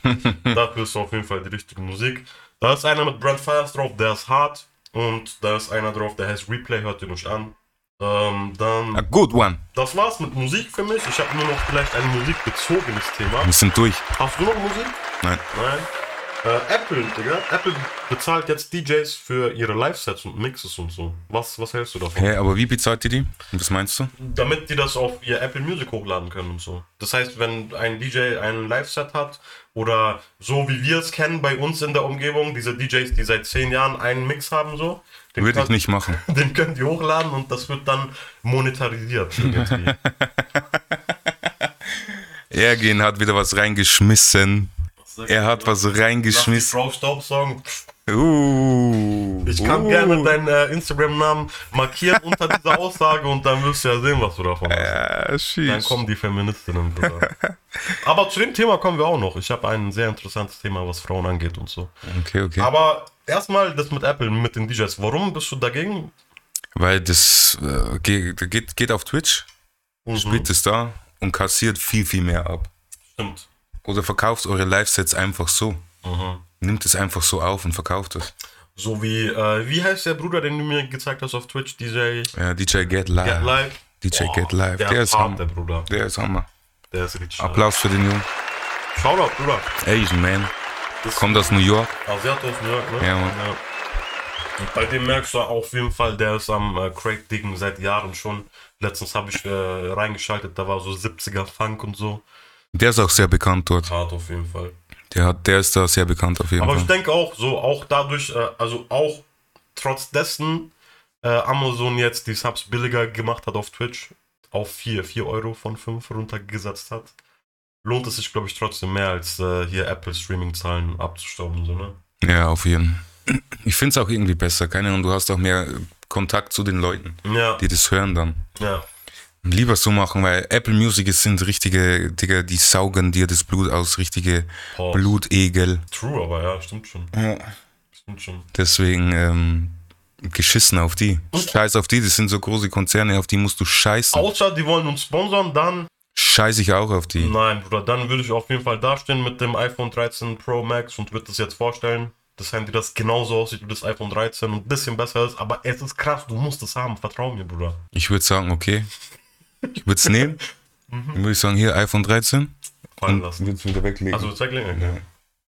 S3: Dafür ist auf jeden Fall die richtige Musik. Da ist einer mit Brent Fires drauf, der ist hart. Und da ist einer drauf, der heißt Replay, hört ihr euch an. Ähm,
S2: A
S3: dann,
S2: good one.
S3: das war's mit Musik für mich. Ich habe nur noch vielleicht ein musikbezogenes Thema.
S2: Wir sind durch.
S3: Hast du noch Musik?
S2: Nein.
S3: Nein. Äh, Apple, Digga. Apple bezahlt jetzt DJs für ihre Live-Sets und Mixes und so. Was, was hältst du davon?
S2: Hä, aber wie bezahlt ihr die? Was meinst du?
S3: Damit die das auf ihr Apple Music hochladen können und so. Das heißt, wenn ein DJ ein Live-Set hat oder so wie wir es kennen bei uns in der Umgebung, diese DJs, die seit zehn Jahren einen Mix haben, so. den
S2: Würde ich
S3: kann-
S2: nicht machen.
S3: Den können die hochladen und das wird dann monetarisiert. irgendwie.
S2: Ergin hat wieder was reingeschmissen. Er hat was
S3: Lass die
S2: reingeschmissen.
S3: Frau Staubsaugen.
S2: Uh,
S3: Ich kann
S2: uh.
S3: gerne deinen äh, Instagram-Namen markieren unter dieser Aussage und dann wirst du ja sehen, was du davon hast.
S2: Ah,
S3: Dann
S2: sheesh.
S3: kommen die Feministinnen, Bruder. Aber zu dem Thema kommen wir auch noch. Ich habe ein sehr interessantes Thema, was Frauen angeht und so.
S2: Okay, okay.
S3: Aber erstmal das mit Apple, mit den DJs. Warum bist du dagegen?
S2: Weil das äh, geht, geht, geht auf Twitch,
S3: Mhm.
S2: spielt es da und kassiert viel, viel mehr ab.
S3: Stimmt.
S2: Oder verkauft eure Live-Sets einfach so.
S3: Mhm.
S2: Nimmt es einfach so auf und verkauft es.
S3: So wie, äh, wie heißt der Bruder, den du mir gezeigt hast auf Twitch? DJ
S2: Ja, DJ Get Live.
S3: Get Live?
S2: DJ
S3: Boah,
S2: Ah. Get Live.
S3: Der,
S2: Der
S3: ist
S2: ist
S3: hart, der
S2: Hammer.
S3: Bruder.
S2: Der ist Hammer.
S3: Der ist richtig hart.
S2: Applaus für den Jungen.
S3: Shoutout, Bruder.
S2: Asian Man.
S3: Das-
S2: Kommt aus New York.
S3: Asiate aus New York, ne?
S2: Ja, Mann.
S3: Und bei dem merkst du auf jeden Fall, der ist am äh, Craig Diggen seit Jahren schon. Letztens habe ich äh, reingeschaltet, da war so 70er Funk und so.
S2: Der ist auch sehr bekannt dort.
S3: Hart auf jeden Fall.
S2: Der, hat, der ist da sehr bekannt auf jeden
S3: Aber ich
S2: Fall.
S3: denke auch, so auch dadurch, äh, also auch trotz dessen äh, Amazon jetzt die Subs billiger gemacht hat auf Twitch, auf 4, 4 Euro von 5 runtergesetzt hat, lohnt es sich, glaube ich, trotzdem mehr als äh, hier Apple Streaming-Zahlen abzustauben, so, ne?
S2: Ja, auf jeden Ich finde es auch irgendwie besser. Keine Ahnung, du hast auch mehr äh, Kontakt zu den Leuten,
S3: Ja,
S2: die das hören dann.
S3: ja.
S2: Lieber so machen, weil Apple Music es sind richtige, Digga, die saugen dir das Blut aus, richtige
S3: Pause.
S2: Blutegel.
S3: True, aber ja, stimmt schon.
S2: Ja.
S3: Stimmt schon.
S2: Deswegen ähm, geschissen auf die. Scheiß auf die, das sind so große Konzerne, auf die musst du scheißen.
S3: Außer die wollen uns sponsern, dann.
S2: Scheiß ich auch auf die.
S3: Nein, Bruder, dann würde ich auf jeden Fall dastehen mit dem iPhone 13 Pro Max und würde das jetzt vorstellen. das Handy, das genauso aussieht wie das iPhone 13 und ein bisschen besser ist, aber es ist krass, du musst es haben, vertrau mir, Bruder.
S2: Ich würde sagen, okay. Ich würde es nehmen. Dann würde ich sagen, hier iPhone 13.
S3: Fallen lassen.
S2: würde es wieder weglegen.
S3: Also weglegen, ja.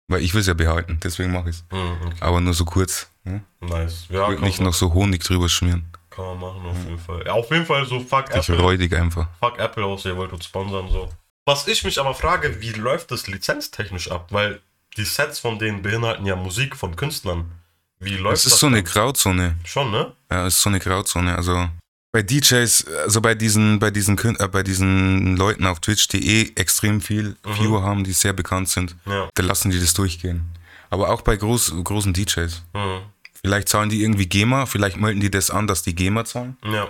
S2: Weil ich will es ja behalten, deswegen mache ich es.
S3: Mhm, okay.
S2: Aber nur so kurz. Ne?
S3: Nice.
S2: Ich
S3: Ja, kann,
S2: würde nicht
S3: man,
S2: noch so Honig drüber schmieren.
S3: kann man machen, auf jeden Fall. Ja, auf jeden Fall so, fuck
S2: Ich
S3: Apple.
S2: räudig einfach.
S3: fuck Apple aus, ihr wollt uns sponsern, so. Was ich mich aber frage, wie läuft das lizenztechnisch ab? Weil die Sets von denen beinhalten ja Musik von Künstlern. Wie läuft
S2: Es ist so eine
S3: denn?
S2: Grauzone.
S3: Schon, ne?
S2: Ja, es ist so eine Grauzone. Also bei DJs, also bei diesen, bei diesen, Kün- äh, bei diesen Leuten auf Twitch, die eh extrem viel Viewer haben, die sehr bekannt sind,
S3: Mhm. Ja.
S2: da lassen die das durchgehen. Aber auch bei groß, großen DJs.
S3: Mhm.
S2: Vielleicht zahlen die irgendwie GEMA, vielleicht melden die das an, dass die GEMA zahlen.
S3: Ja.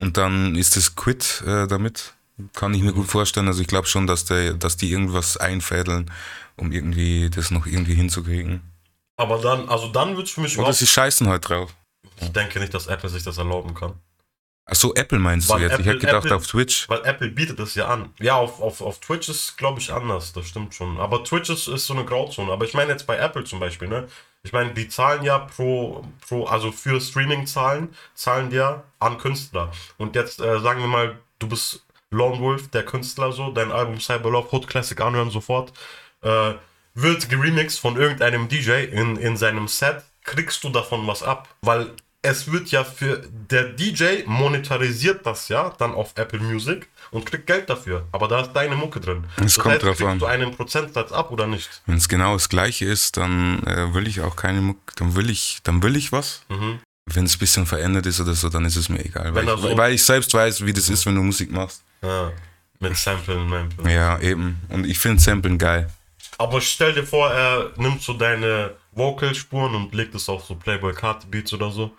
S2: Und dann ist das Quit äh, damit. Kann ich mir
S3: Mhm.
S2: gut vorstellen. Also ich glaube schon, dass, der, dass die irgendwas einfädeln, um irgendwie das noch irgendwie hinzukriegen.
S3: Aber dann, also dann wird's für mich
S2: Oder
S3: überhaupt.
S2: sie scheißen halt drauf.
S3: Ich denke nicht, dass Apple sich das erlauben kann.
S2: Achso, Apple meinst du
S3: Weil
S2: jetzt? ich
S3: Apple-
S2: hätte gedacht
S3: Apple-
S2: auf Twitch.
S3: Weil Apple bietet es ja an. Ja, auf, auf, auf Twitch ist, glaube ich, anders. Das stimmt schon. Aber Twitch ist, ist so eine Grauzone. Aber ich meine jetzt bei Apple zum Beispiel, ne? Ich meine, die zahlen ja pro, pro also für Streaming-Zahlen, zahlen die ja an Künstler. Und jetzt äh, sagen wir mal, du bist Lone Wolf, der Künstler so, dein Album Cyber Love, Hood Classic anhören sofort, äh, wird geremixed von irgendeinem DJ in, in seinem Set, kriegst du davon was ab. Weil es wird ja für der DJ monetarisiert das ja dann auf Apple Music und kriegt Geld dafür. Aber da ist deine Mucke drin.
S2: Es kommt drauf
S3: kriegst
S2: an.
S3: du einen Prozentsatz ab oder nicht?
S2: Wenn es genau das gleiche ist, dann äh, will ich auch keine Muck, dann will ich, dann will ich was.
S3: Mhm.
S2: Wenn es ein bisschen verändert ist oder so, dann ist es mir egal. Weil,
S3: Wenn er
S2: ich,
S3: so-
S2: weil ich selbst weiß, wie das ist, wenn du Musik machst.
S3: Ja. Mit Samplen, Mamplen.
S2: Ja, eben. Und ich finde Samplen geil.
S3: Aber stell dir vor, er nimmt so deine Vocalspuren und legt es auf so Playboy Card Beats oder so.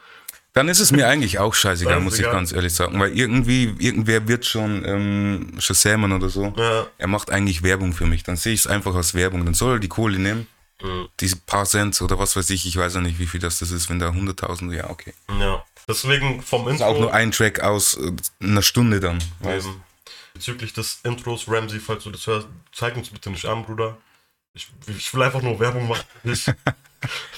S2: Dann ist es mir eigentlich auch scheißegal,
S3: Dann ist
S2: muss ich
S3: egal.
S2: ganz ehrlich sagen. Weil irgendwie, irgendwer wird schon ähm, Shazaman oder so.
S3: Ja.
S2: Er macht eigentlich Werbung für mich. Dann sehe ich es einfach als Werbung. Dann soll er die Kohle nehmen.
S3: Mhm.
S2: Diese paar Cent oder was weiß ich. Ich weiß ja nicht, wie viel das, das ist. Wenn da 100.000, ja, okay.
S3: Ja. Deswegen vom
S2: Ist auch nur
S3: Intro.
S2: ein Track aus äh, einer Stunde dann. weißt du?
S3: Ähm, bezüglich des Intros, Ramsey, falls du das hörst, zeig uns bitte nicht an, Bruder. Ich, ich will einfach nur Werbung machen. Ich,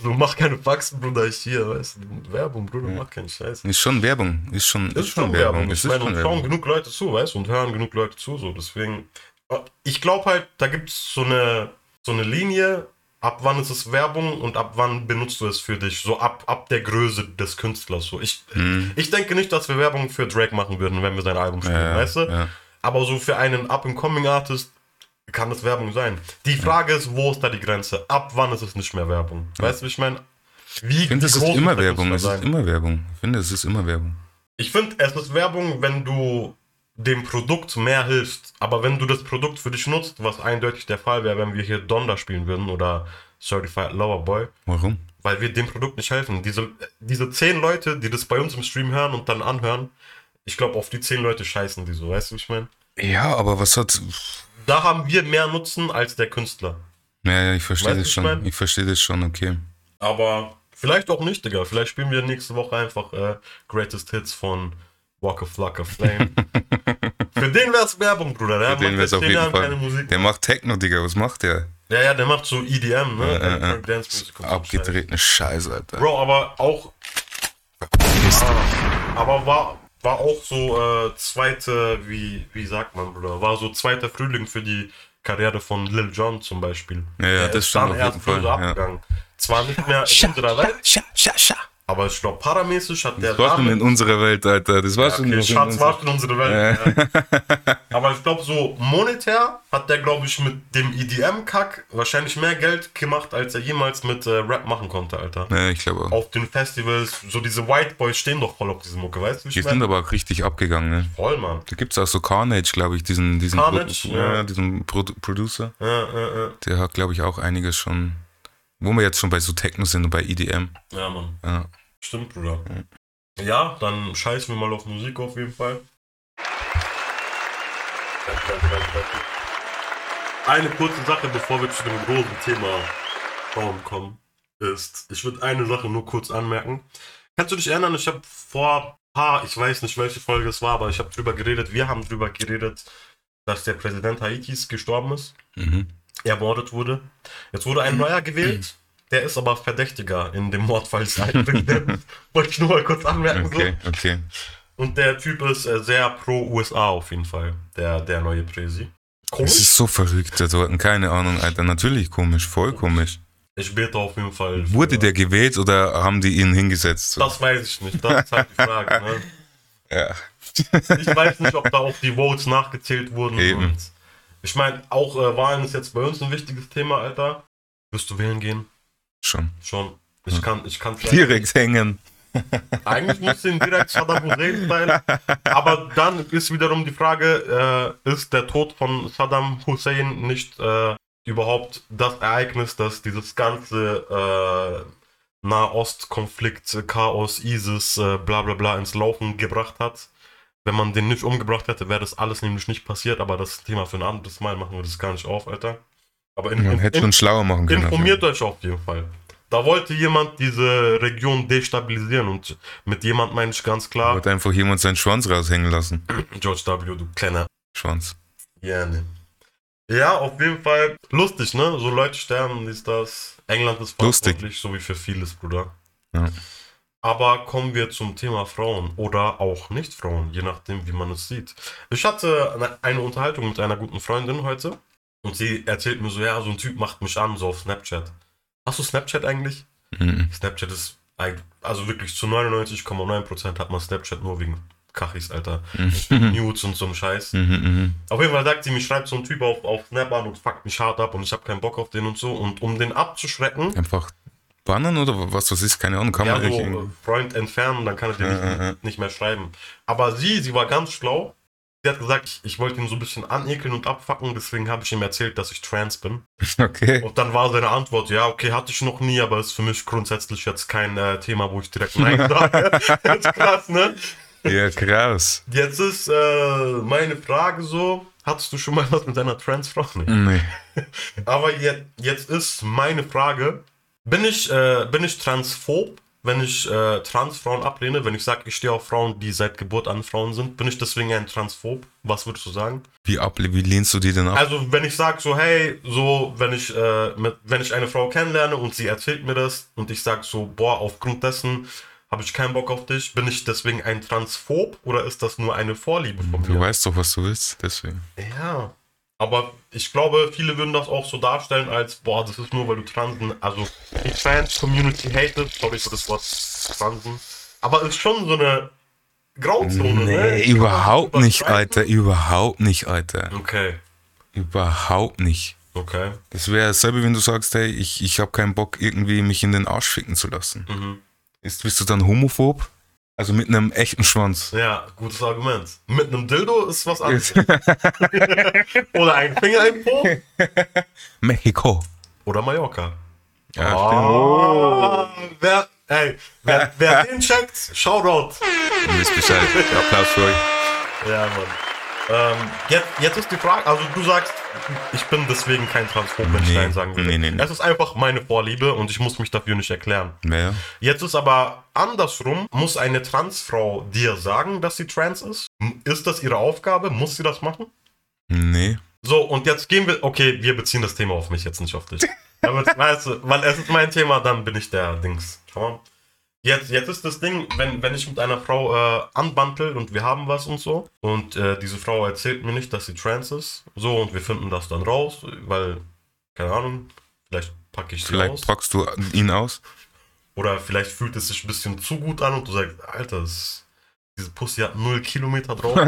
S3: du mach keine Faxen, Bruder. Ich hier, weißt du. Werbung, Bruder, mach keinen Scheiß.
S2: Ist schon Werbung. Ist schon, ist schon Werbung. Es
S3: Ich
S2: ist
S3: meine, und
S2: schon
S3: schauen
S2: Werbung.
S3: genug Leute zu, weißt du, und hören genug Leute zu, so. Deswegen, äh, ich glaube halt, da gibt es so eine, so eine Linie, ab wann ist es Werbung und ab wann benutzt du es für dich, so ab, ab der Größe des Künstlers, so. Ich, ich denke nicht, dass wir Werbung für Drake machen würden, wenn wir sein Album spielen,
S2: Mhm. Ja,
S3: weißt du?
S2: ja.
S3: Aber so für einen Up-and-Coming-Artist kann das Werbung sein. Die Frage ist, wo ist da die Grenze? Ab wann ist es nicht mehr Werbung? Weißt du, wie ich meine? Wie,
S2: Ich finde, es ist
S3: groß
S2: immer
S3: muss der
S2: Werbung.
S3: Künstler
S2: Es ist
S3: sein?
S2: immer Werbung. Ich finde, es ist immer Werbung.
S3: Ich finde, es ist Werbung, wenn du dem Produkt mehr hilfst. Aber wenn du das Produkt für dich nutzt, was eindeutig der Fall wäre, wenn wir hier Donder spielen würden oder Certified Lower Boy,
S2: Warum?
S3: weil wir dem Produkt nicht helfen. Diese, diese zehn Leute, die das bei uns im Stream hören und dann anhören, ich glaube, auf die zehn Leute scheißen die so, weißt du, wie ich meine?
S2: Ja, aber was hat.
S3: Da haben wir mehr Nutzen als der Künstler.
S2: Ja, ja, ich verstehe
S3: Weißt du,
S2: das
S3: ich
S2: schon.
S3: mein-
S2: Ich verstehe das schon, okay.
S3: Aber vielleicht auch nicht, Digga. Vielleicht spielen wir nächste Woche einfach äh, Greatest Hits von Walker Flucker Flame. Für den wär's Werbung, Bruder. Der
S2: Für den
S3: macht
S2: wäre es
S3: seit
S2: auf
S3: zehn
S2: jeden
S3: Jahren keine
S2: Fall.
S3: Musik.
S2: Der macht Techno, Digga. Was macht der?
S3: Ja, ja, der macht so EDM, ne?
S2: Äh,
S3: Electronic
S2: äh,
S3: Dance Music und so Scheiß.
S2: abgedrehten Scheiß, Alter.
S3: Bro, aber auch. Ah, Aber war, war auch so äh, zweite, wie, wie sagt man, Bruder? War so zweiter Frühling für die Karriere von Lil Jon zum Beispiel.
S2: Ja, ja,
S3: Der
S2: das
S3: ist
S2: stimmt
S3: dann
S2: auf
S3: erst
S2: jeden Fall,
S3: so
S2: ja.
S3: abgegangen. Zwar nicht mehr in unserer Welt, aber ich glaube, paramäßig hat der
S2: Das war schon in unserer Welt, Alter. Das war schon
S3: Okay,
S2: in unserer
S3: Schatz,
S2: Äh,
S3: war schon unsere Welt. Ja. Aber ich glaube, so monetär hat der, glaube ich, mit dem EDM-Kack wahrscheinlich mehr Geld gemacht, als er jemals mit äh, Rap machen konnte, Alter.
S2: Ja, ich glaube auch.
S3: Auf den Festivals, so diese White Boys stehen doch voll auf diese Mucke, weißt du? wie
S2: Die
S3: Ich
S2: sind
S3: mein?
S2: aber auch richtig abgegangen, ne?
S3: Voll, Mann.
S2: Da gibt es auch so Carnage, glaube ich, diesen, diesen,
S3: Carnage, ja.
S2: ja, diesen Pro Producer.
S3: Äh, äh, äh.
S2: Der hat, glaube ich, auch einiges schon. Wo wir jetzt schon bei so Techno sind und bei EDM.
S3: Ja, Mann.
S2: Ja.
S3: Stimmt, Bruder. Ja, dann scheißen wir mal auf Musik auf jeden Fall. Eine kurze Sache, bevor wir zu dem großen Thema Frauen kommen, ist, ich würde eine Sache nur kurz anmerken. Kannst du dich erinnern, ich habe vor ein paar, ich weiß nicht, welche Folge es war, aber ich habe drüber geredet, wir haben drüber geredet, dass der Präsident Haitis gestorben ist
S2: Mhm.
S3: ermordet wurde. Jetzt wurde ein neuer gewählt. Der ist aber verdächtiger in dem Mordfall Cypress. Wollte ich nur mal kurz anmerken.
S2: Okay,
S3: So.
S2: okay.
S3: Und der Typ ist äh, sehr pro USA auf jeden Fall. Der, der neue Presi.
S2: Es
S3: Komisch.
S2: ist so verrückt, also keine Ahnung, Alter. Natürlich komisch, voll komisch.
S3: Ich bete auf jeden Fall. für-
S2: Wurde der gewählt oder haben die ihn hingesetzt? So?
S3: Das weiß ich nicht. Das ist halt die Frage. Ne?
S2: Ja.
S3: Ich weiß nicht, ob da auch die Votes nachgezählt wurden.
S2: Eben.
S3: Und ich meine, auch äh, Wahlen ist jetzt bei uns ein wichtiges Thema, Alter. Wirst du wählen gehen?
S2: Schon.
S3: Schon.
S2: Hm.
S3: Ich kann, ich kann
S2: Direkt hängen.
S3: Eigentlich muss ihn direkt Saddam Hussein sein. Aber dann ist wiederum die Frage, äh, ist der Tod von Saddam Hussein nicht äh, überhaupt das Ereignis, das dieses ganze äh, Nahost-Konflikt, äh, Chaos, ISIS, äh, bla bla bla ins Laufen gebracht hat? Wenn man den nicht umgebracht hätte, wäre das alles nämlich nicht passiert, aber das ist ein Thema für ein anderes Mal, machen wir das gar nicht auf, Alter. Aber in,
S2: Man
S3: in,
S2: hätte
S3: in,
S2: schon schlauer machen können.
S3: Informiert euch auf jeden Fall. Da wollte jemand diese Region destabilisieren und mit jemand meine ich ganz klar,
S2: Hat einfach jemand seinen Schwanz raushängen lassen.
S3: George W., du kleiner
S2: Schwanz.
S3: Gerne. Ja, auf jeden Fall lustig, ne? So Leute sterben, ist das. England ist
S2: Lustig.
S3: verantwortlich, so wie für vieles, Bruder.
S2: Ja.
S3: Aber kommen wir zum Thema Frauen oder auch Nicht-Frauen, je nachdem, wie man es sieht. Ich hatte eine- eine Unterhaltung mit einer guten Freundin heute und sie erzählt mir so, ja, so ein Typ macht mich an, so auf Snapchat. Hast du Snapchat eigentlich?
S2: Mhm.
S3: Snapchat ist eig- also wirklich zu 99,9% hat man Snapchat nur wegen Kachis, Alter. Nudes und so einem Scheiß.
S2: Mhm, mhm.
S3: Auf jeden Fall sagt sie, mich schreibt so ein Typ auf, auf Snap an und fuckt mich hart ab und ich habe keinen Bock auf den und so. Und um den abzuschrecken,
S2: Einfach bannen oder was das ist, keine Ahnung. Kann
S3: ja,
S2: man nicht.
S3: so
S2: irgendwie-
S3: äh, Freund entfernen, dann kann ich dir nicht,
S2: Ja, ja, ja.
S3: nicht mehr schreiben. Aber sie, sie war ganz schlau. Sie hat gesagt, ich, ich wollte ihn so ein bisschen anekeln und abfacken, deswegen habe ich ihm erzählt, dass ich trans bin.
S2: Okay.
S3: Und dann war seine Antwort, ja, okay, hatte ich noch nie, aber ist für mich grundsätzlich jetzt kein äh, Thema, wo ich direkt Nein sage. ist krass, ne?
S2: Ja, krass.
S3: Jetzt ist äh, meine Frage so, hattest du schon mal was mit einer Transfrau? Nee.
S2: Nee.
S3: Aber jetzt, jetzt ist meine Frage, bin ich, äh, bin ich transphob, wenn ich äh, Transfrauen ablehne? Wenn ich sage, ich stehe auf Frauen, die seit Geburt an Frauen sind, bin ich deswegen ein Transphob? Was würdest du sagen?
S2: Wie, ab, wie lehnst du die denn ab?
S3: Also wenn ich sage so, hey, so, wenn ich, äh, mit, wenn ich eine Frau kennenlerne und sie erzählt mir das und ich sage so, boah, aufgrund dessen habe ich keinen Bock auf dich, bin ich deswegen ein Transphob oder ist das nur eine Vorliebe von
S2: Du
S3: mir?
S2: weißt doch, was du willst, deswegen.
S3: Ja. Aber ich glaube, viele würden das auch so darstellen als, boah, das ist nur, weil du Transen, also die Trans-Community hatet, sorry für das Wort Transen, aber ist schon so eine Grauzone, ne?
S2: Nee, überhaupt nicht, Alter. Überhaupt nicht, Alter.
S3: Okay,
S2: Überhaupt nicht.
S3: okay.
S2: Das wäre dasselbe, wenn du sagst, hey, ich, ich habe keinen Bock, irgendwie mich in den Arsch ficken zu lassen.
S3: Mhm.
S2: Ist, bist du dann homophob? Also mit einem echten Schwanz.
S3: Ja, gutes Argument. Mit einem Dildo ist was anderes. Oder ein Finger im Po.
S2: Mexiko.
S3: Oder Mallorca.
S2: Ja,
S3: Ah, wer, ey, wer, wer den checkt, Shoutout.
S2: stimmt. Ihr wisst Bescheid. Applaus für euch.
S3: Ja, Mann. Ähm, jetzt, jetzt ist die Frage, also du sagst, ich bin deswegen kein Transphob, wenn ich
S2: Nee,
S3: Nein sagen würde.
S2: nee, nee, nee.
S3: Es ist einfach meine Vorliebe und ich muss mich dafür nicht erklären.
S2: Mehr?
S3: Jetzt ist aber andersrum, muss eine Transfrau dir sagen, dass sie trans ist? Ist das ihre Aufgabe? Muss sie das machen?
S2: Nee.
S3: So, und jetzt gehen wir. Okay, wir beziehen das Thema auf mich, jetzt nicht auf dich. Damit, weißt du, weil es ist mein Thema, dann bin ich der Dings. Schau mal. Jetzt, jetzt ist das Ding, wenn, wenn ich mit einer Frau äh, anbantel und wir haben was und so, und äh, diese Frau erzählt mir nicht, dass sie trans ist, so, und wir finden das dann raus, weil, keine Ahnung, vielleicht packe ich sie aus.
S2: Vielleicht packst du ihn aus.
S3: Oder vielleicht fühlt es sich ein bisschen zu gut an und du sagst, Alter, das ist, diese Pussy hat null Kilometer drauf.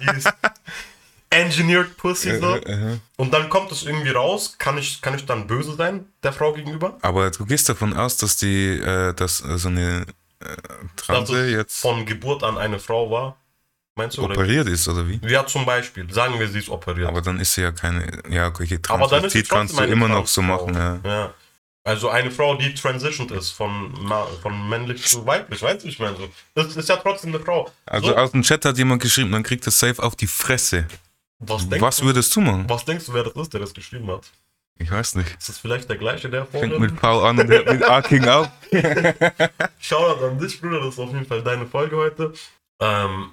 S3: die ist engineered Pussy so.
S2: Äh, äh,
S3: Und dann kommt es irgendwie raus. Kann ich, kann ich dann böse sein der Frau gegenüber?
S2: Aber du gehst davon aus, dass die, äh, dass äh, so eine äh,
S3: Dass
S2: Transe
S3: es
S2: jetzt
S3: Also von Geburt an eine Frau war? Meinst du? Oder?
S2: operiert ist, oder wie?
S3: Ja, zum Beispiel. Sagen wir, sie ist operiert.
S2: Aber dann ist sie ja keine, ja, okay, Trans
S3: Aber dann ist sie
S2: Transvestit kannst
S3: trotzdem
S2: du
S3: eine
S2: immer noch so
S3: Transfrau.
S2: machen, ja.
S3: Ja. Also eine Frau, die transitioned ist von, ma- von männlich zu weiblich, weißt du, ich meine so. Das ist ja trotzdem eine Frau.
S2: Also
S3: so,
S2: aus dem Chat hat jemand geschrieben, dann kriegt das Safe auf die Fresse.
S3: was, denkst
S2: Was
S3: du,
S2: würdest du machen?
S3: was denkst du, wer das ist, der das geschrieben hat?
S2: Ich weiß nicht.
S3: Ist das vielleicht der gleiche, der
S2: Fängt
S3: vorne?
S2: mit V an und hört mit A King auf.
S3: Shoutout an dich, Bruder, das ist auf jeden Fall deine Folge heute. Ähm,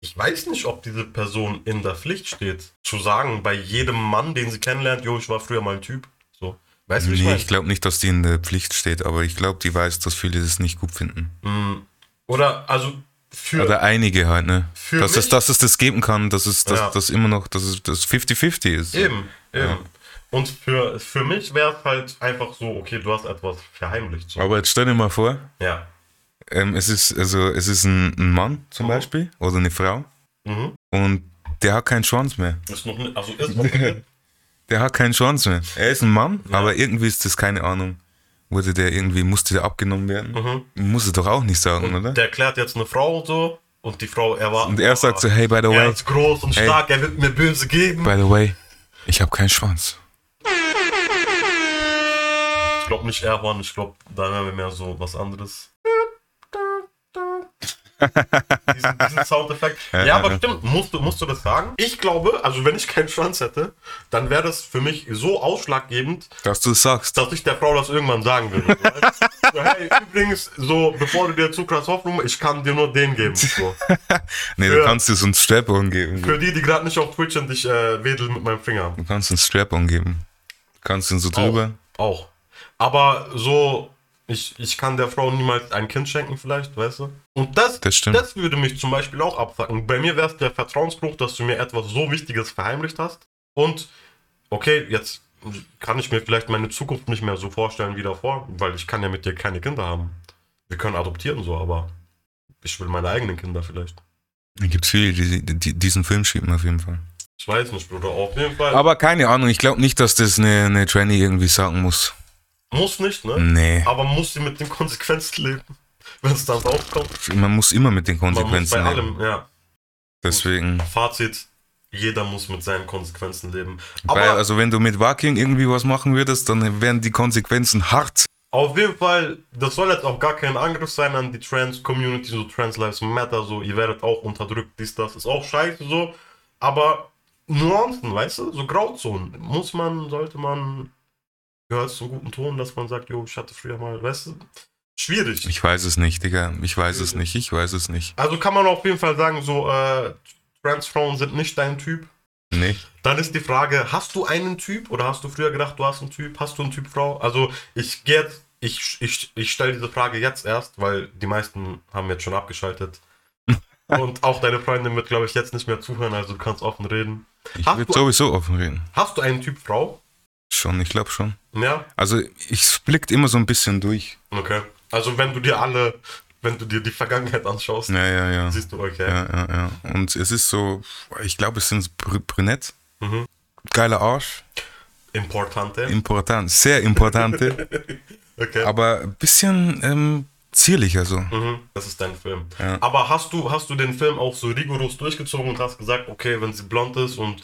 S3: ich weiß nicht, ob diese Person in der Pflicht steht, zu sagen, bei jedem Mann, den sie kennenlernt, jo, ich war früher mal ein Typ. So. Weißt du, wie ich
S2: Nee,
S3: meine?
S2: ich glaube nicht, dass die in der Pflicht steht, aber ich glaube, die weiß, dass viele das nicht gut finden.
S3: Oder, also, für.
S2: Oder einige halt, ne?
S3: Für
S2: dass, es,
S3: mich-
S2: dass es das geben kann, dass es dass,
S3: Ja.
S2: dass immer noch, dass es das 50-50 ist.
S3: Eben, eben. Und für, für mich wäre es halt einfach so, okay, du hast etwas verheimlicht. So.
S2: Aber jetzt stell dir mal vor,
S3: Ja.
S2: ähm, es ist, also, es ist ein, ein Mann zum Beispiel oder eine Frau
S3: Mhm.
S2: und der hat keinen Schwanz mehr.
S3: Ist noch nicht, also ist noch nicht.
S2: Der hat keinen Schwanz mehr. Er ist ein Mann, aber irgendwie ist das keine Ahnung. Wurde der irgendwie, musste der abgenommen werden? Muss er doch auch nicht sagen, oder?
S3: Mhm. Der erklärt jetzt eine Frau und so und die Frau erwartet.
S2: Und er sagt so, hey, by the
S3: er
S2: way,
S3: ist groß und
S2: Ey.
S3: stark, er wird mir böse geben.
S2: by the way, ich habe keinen Schwanz.
S3: Ich glaube nicht Erwan, ich glaube, da wären wir mehr so was anderes. diesen, diesen Soundeffekt. Ja, aber stimmt, musst du, musst du das sagen? Ich glaube, also wenn ich keinen Schwanz hätte, dann wäre das für mich so ausschlaggebend,
S2: Dass du es sagst.
S3: dass ich der Frau das irgendwann sagen würde. weißt du? so, hey, übrigens, so, bevor du dir zu krass Hoffnung ich kann dir nur den geben. So.
S2: Nee,
S3: Ja.
S2: du kannst es uns Strap-on geben.
S3: Für die, die gerade nicht auf Twitch sind, ich äh, wedel mit meinem Finger.
S2: Du kannst uns Strap-on geben. Kannst ihn so drüber.
S3: Auch. Aber so, ich, ich kann der Frau niemals ein Kind schenken, vielleicht, weißt du? Und das,
S2: Das stimmt.
S3: das würde mich zum Beispiel auch abfacken. Bei mir wäre es der Vertrauensbruch, dass du mir etwas so Wichtiges verheimlicht hast. Und, okay, jetzt kann ich mir vielleicht meine Zukunft nicht mehr so vorstellen wie davor, weil ich kann ja mit dir keine Kinder haben. Wir können adoptieren so, aber ich will meine eigenen Kinder vielleicht.
S2: Da gibt es viele, die, die- die diesen Film schieben auf jeden Fall.
S3: Ich weiß nicht, Bruder, auf jeden Fall.
S2: Aber keine Ahnung, ich glaube nicht, dass das eine, eine Tranny irgendwie sagen muss.
S3: muss nicht, ne?
S2: Nee.
S3: Aber muss sie mit den Konsequenzen leben, wenn es dann aufkommt.
S2: Man muss immer mit den
S3: Man muss bei
S2: Konsequenzen leben.
S3: allem, ja.
S2: Deswegen.
S3: Fazit, jeder muss mit seinen Konsequenzen leben. Aber
S2: Weil, also wenn du mit Wacken irgendwie was machen würdest, dann wären die Konsequenzen hart.
S3: auf jeden Fall, das soll jetzt auch gar kein Angriff sein an die Trans-Community, so Trans Lives Matter, so, ihr werdet auch unterdrückt, dies, das, ist auch scheiße, so. Aber Nuancen, weißt du, so Grauzonen, muss man, sollte man, gehört zum guten Ton, dass man sagt, jo, ich hatte früher mal, weißt du, schwierig.
S2: Ich weiß es nicht, Digga. Ich weiß es nicht. Ich weiß es nicht.
S3: Also kann man auf jeden Fall sagen, so, äh, Transfrauen sind nicht dein Typ.
S2: Nee.
S3: Dann ist die Frage, hast du einen Typ oder hast du früher gedacht, du hast einen Typ, hast du einen Typ Frau? Also ich gehe jetzt, ich, ich, ich stelle diese Frage jetzt erst, weil die meisten haben jetzt schon abgeschaltet. Und auch deine Freundin wird, glaube ich, jetzt nicht mehr zuhören, also du kannst offen reden.
S2: Ich
S3: Hast
S2: würde
S3: du-
S2: sowieso offen reden.
S3: Hast du einen Typ Frau?
S2: Schon, ich glaube schon.
S3: Ja?
S2: Also ich blickt immer so ein bisschen durch.
S3: Okay. Also wenn du dir alle, wenn du dir die Vergangenheit anschaust,
S2: Ja, ja, ja.
S3: siehst du, okay.
S2: Ja, ja, ja. Und es ist so, ich glaube, es sind Br brünett.
S3: Mhm.
S2: Geiler Arsch.
S3: Importante.
S2: Important. Sehr importante.
S3: okay.
S2: aber ein bisschen ähm, zierlicher so.
S3: Mhm, das ist dein Film.
S2: Ja.
S3: Aber hast du, hast du den Film auch so rigoros durchgezogen und hast gesagt, okay, wenn sie blond ist und ein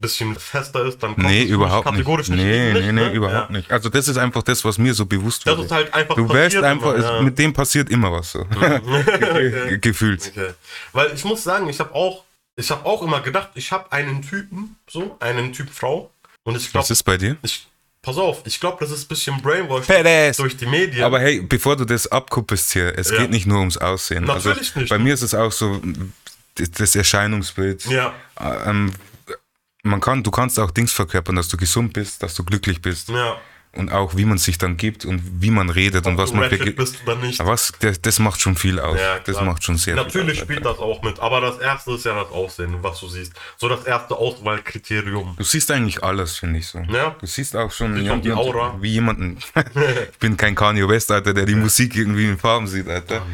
S3: bisschen fester ist, dann kommt
S2: Nee,
S3: es
S2: überhaupt nicht.
S3: kategorisch nicht.
S2: Nee, nee, nee,
S3: ne?
S2: überhaupt
S3: ja.
S2: nicht. Also das ist einfach das, was mir so bewusst
S3: Das
S2: wurde.
S3: ist halt einfach
S2: du wärst
S3: passiert
S2: einfach,
S3: immer,
S2: es-
S3: ja. Mhm.
S2: mit dem passiert immer was so. Ge- ge- Gefühlt.
S3: Okay. Weil ich muss sagen, ich habe auch, ich habe auch immer gedacht, ich habe einen Typen, so, einen Typ Frau. Und ich
S2: Was
S3: glaube,
S2: ist bei dir?
S3: ich, pass auf, ich glaube, das ist ein bisschen brainwashed
S2: Badass.
S3: durch die Medien.
S2: Aber hey, bevor du das abkuppelst hier, es
S3: Ja.
S2: geht nicht nur ums Aussehen.
S3: Natürlich
S2: also,
S3: nicht. ne?
S2: Bei mir ist es auch so d- das Erscheinungsbild.
S3: ja,
S2: Ähm, man kann, du kannst auch Dings verkörpern, dass du gesund bist, dass du glücklich bist
S3: ja.
S2: und auch wie man sich dann gibt und wie man redet und was man
S3: Ratchet
S2: bege-
S3: bist du dann nicht.
S2: was das, das macht schon viel aus.
S3: Ja,
S2: das
S3: klar.
S2: macht schon sehr
S3: Natürlich
S2: viel aus.
S3: spielt das auch mit, aber das erste ist ja das Aussehen, was du siehst. So das erste Auswahlkriterium. ne?
S2: Du siehst eigentlich alles, finde ich so.
S3: Ja.
S2: Du siehst auch schon
S3: Siehst auch die Aura.
S2: wie jemanden. ich bin kein Kanye West, Alter, der die Musik irgendwie in Farben sieht, Alter.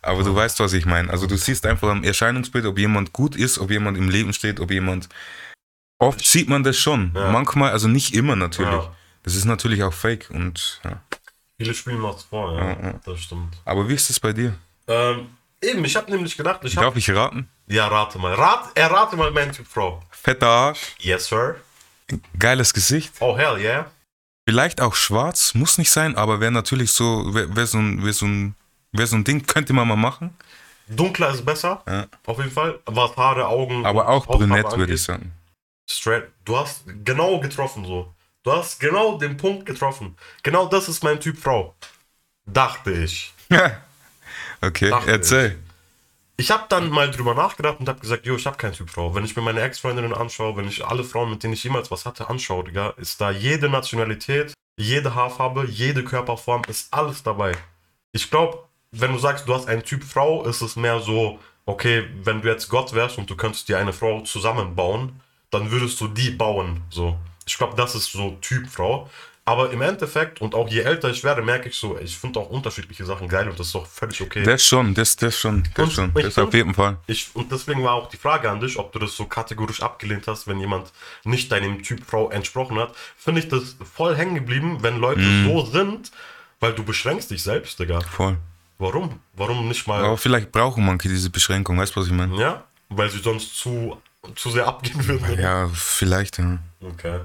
S2: Aber du weißt, was ich meine. Also du siehst einfach am Erscheinungsbild, ob jemand gut ist, ob jemand im Leben steht, ob jemand. Oft sieht man das schon.
S3: Ja.
S2: Manchmal, also nicht immer natürlich.
S3: Ja.
S2: Das ist natürlich auch fake. Und, ja.
S3: Viele spielen was vor, ja.
S2: Ja, ja.
S3: Das stimmt.
S2: Aber wie ist es bei dir?
S3: Ähm, eben, ich habe nämlich gedacht, ich habe...
S2: Darf ich raten?
S3: Ja, rate mal. Rat, errate mal meinen Typ Frau.
S2: Fetter Arsch,
S3: Yes, sir.
S2: geiles Gesicht.
S3: Oh, hell yeah.
S2: Vielleicht auch schwarz, muss nicht sein, aber wäre natürlich so, wäre wär so, ein- wär so, ein- wär so ein Ding, könnte man mal machen.
S3: Dunkler ist besser,
S2: Ja.
S3: auf jeden Fall. Was Haare, Augen...
S2: Aber auch
S3: Hautfarbe
S2: brünett, würde
S3: angeht.
S2: ich sagen.
S3: Straight. Du hast genau getroffen, so. Du hast genau den Punkt getroffen. Genau das ist mein Typ Frau. Dachte ich.
S2: okay,
S3: Dachte
S2: erzähl.
S3: Ich habe dann mal drüber nachgedacht und habe gesagt, jo, ich habe keinen Typ Frau. Wenn ich mir meine Ex-Freundinnen anschaue, wenn ich alle Frauen, mit denen ich jemals was hatte, anschaue, Digga, ist da jede Nationalität, jede Haarfarbe, jede Körperform, ist alles dabei. Ich glaube, wenn du sagst, du hast einen Typ Frau, ist es mehr so, okay, wenn du jetzt Gott wärst und du könntest dir eine Frau zusammenbauen, dann würdest du die bauen. So. Ich glaube, das ist so Typ Frau. Aber im Endeffekt, und auch je älter ich werde, merke ich so, ich finde auch unterschiedliche Sachen geil und das ist doch völlig okay.
S2: Das schon, das, das schon, das
S3: Und
S2: schon.
S3: ich
S2: Das auf
S3: glaub-
S2: jeden Fall.
S3: Ich, und deswegen war auch die Frage an dich, ob du das so kategorisch abgelehnt hast, wenn jemand nicht deinem Typ Frau entsprochen hat. Finde ich das voll hängen geblieben, wenn Leute so sind, weil du beschränkst dich selbst, Digga.
S2: Voll.
S3: Warum? Warum nicht mal?
S2: Aber vielleicht brauchen manche diese Beschränkung, weißt du, was ich meine?
S3: Ja? Weil sie sonst zu, zu sehr abgehen würden.
S2: Ja, vielleicht, ja.
S3: Okay.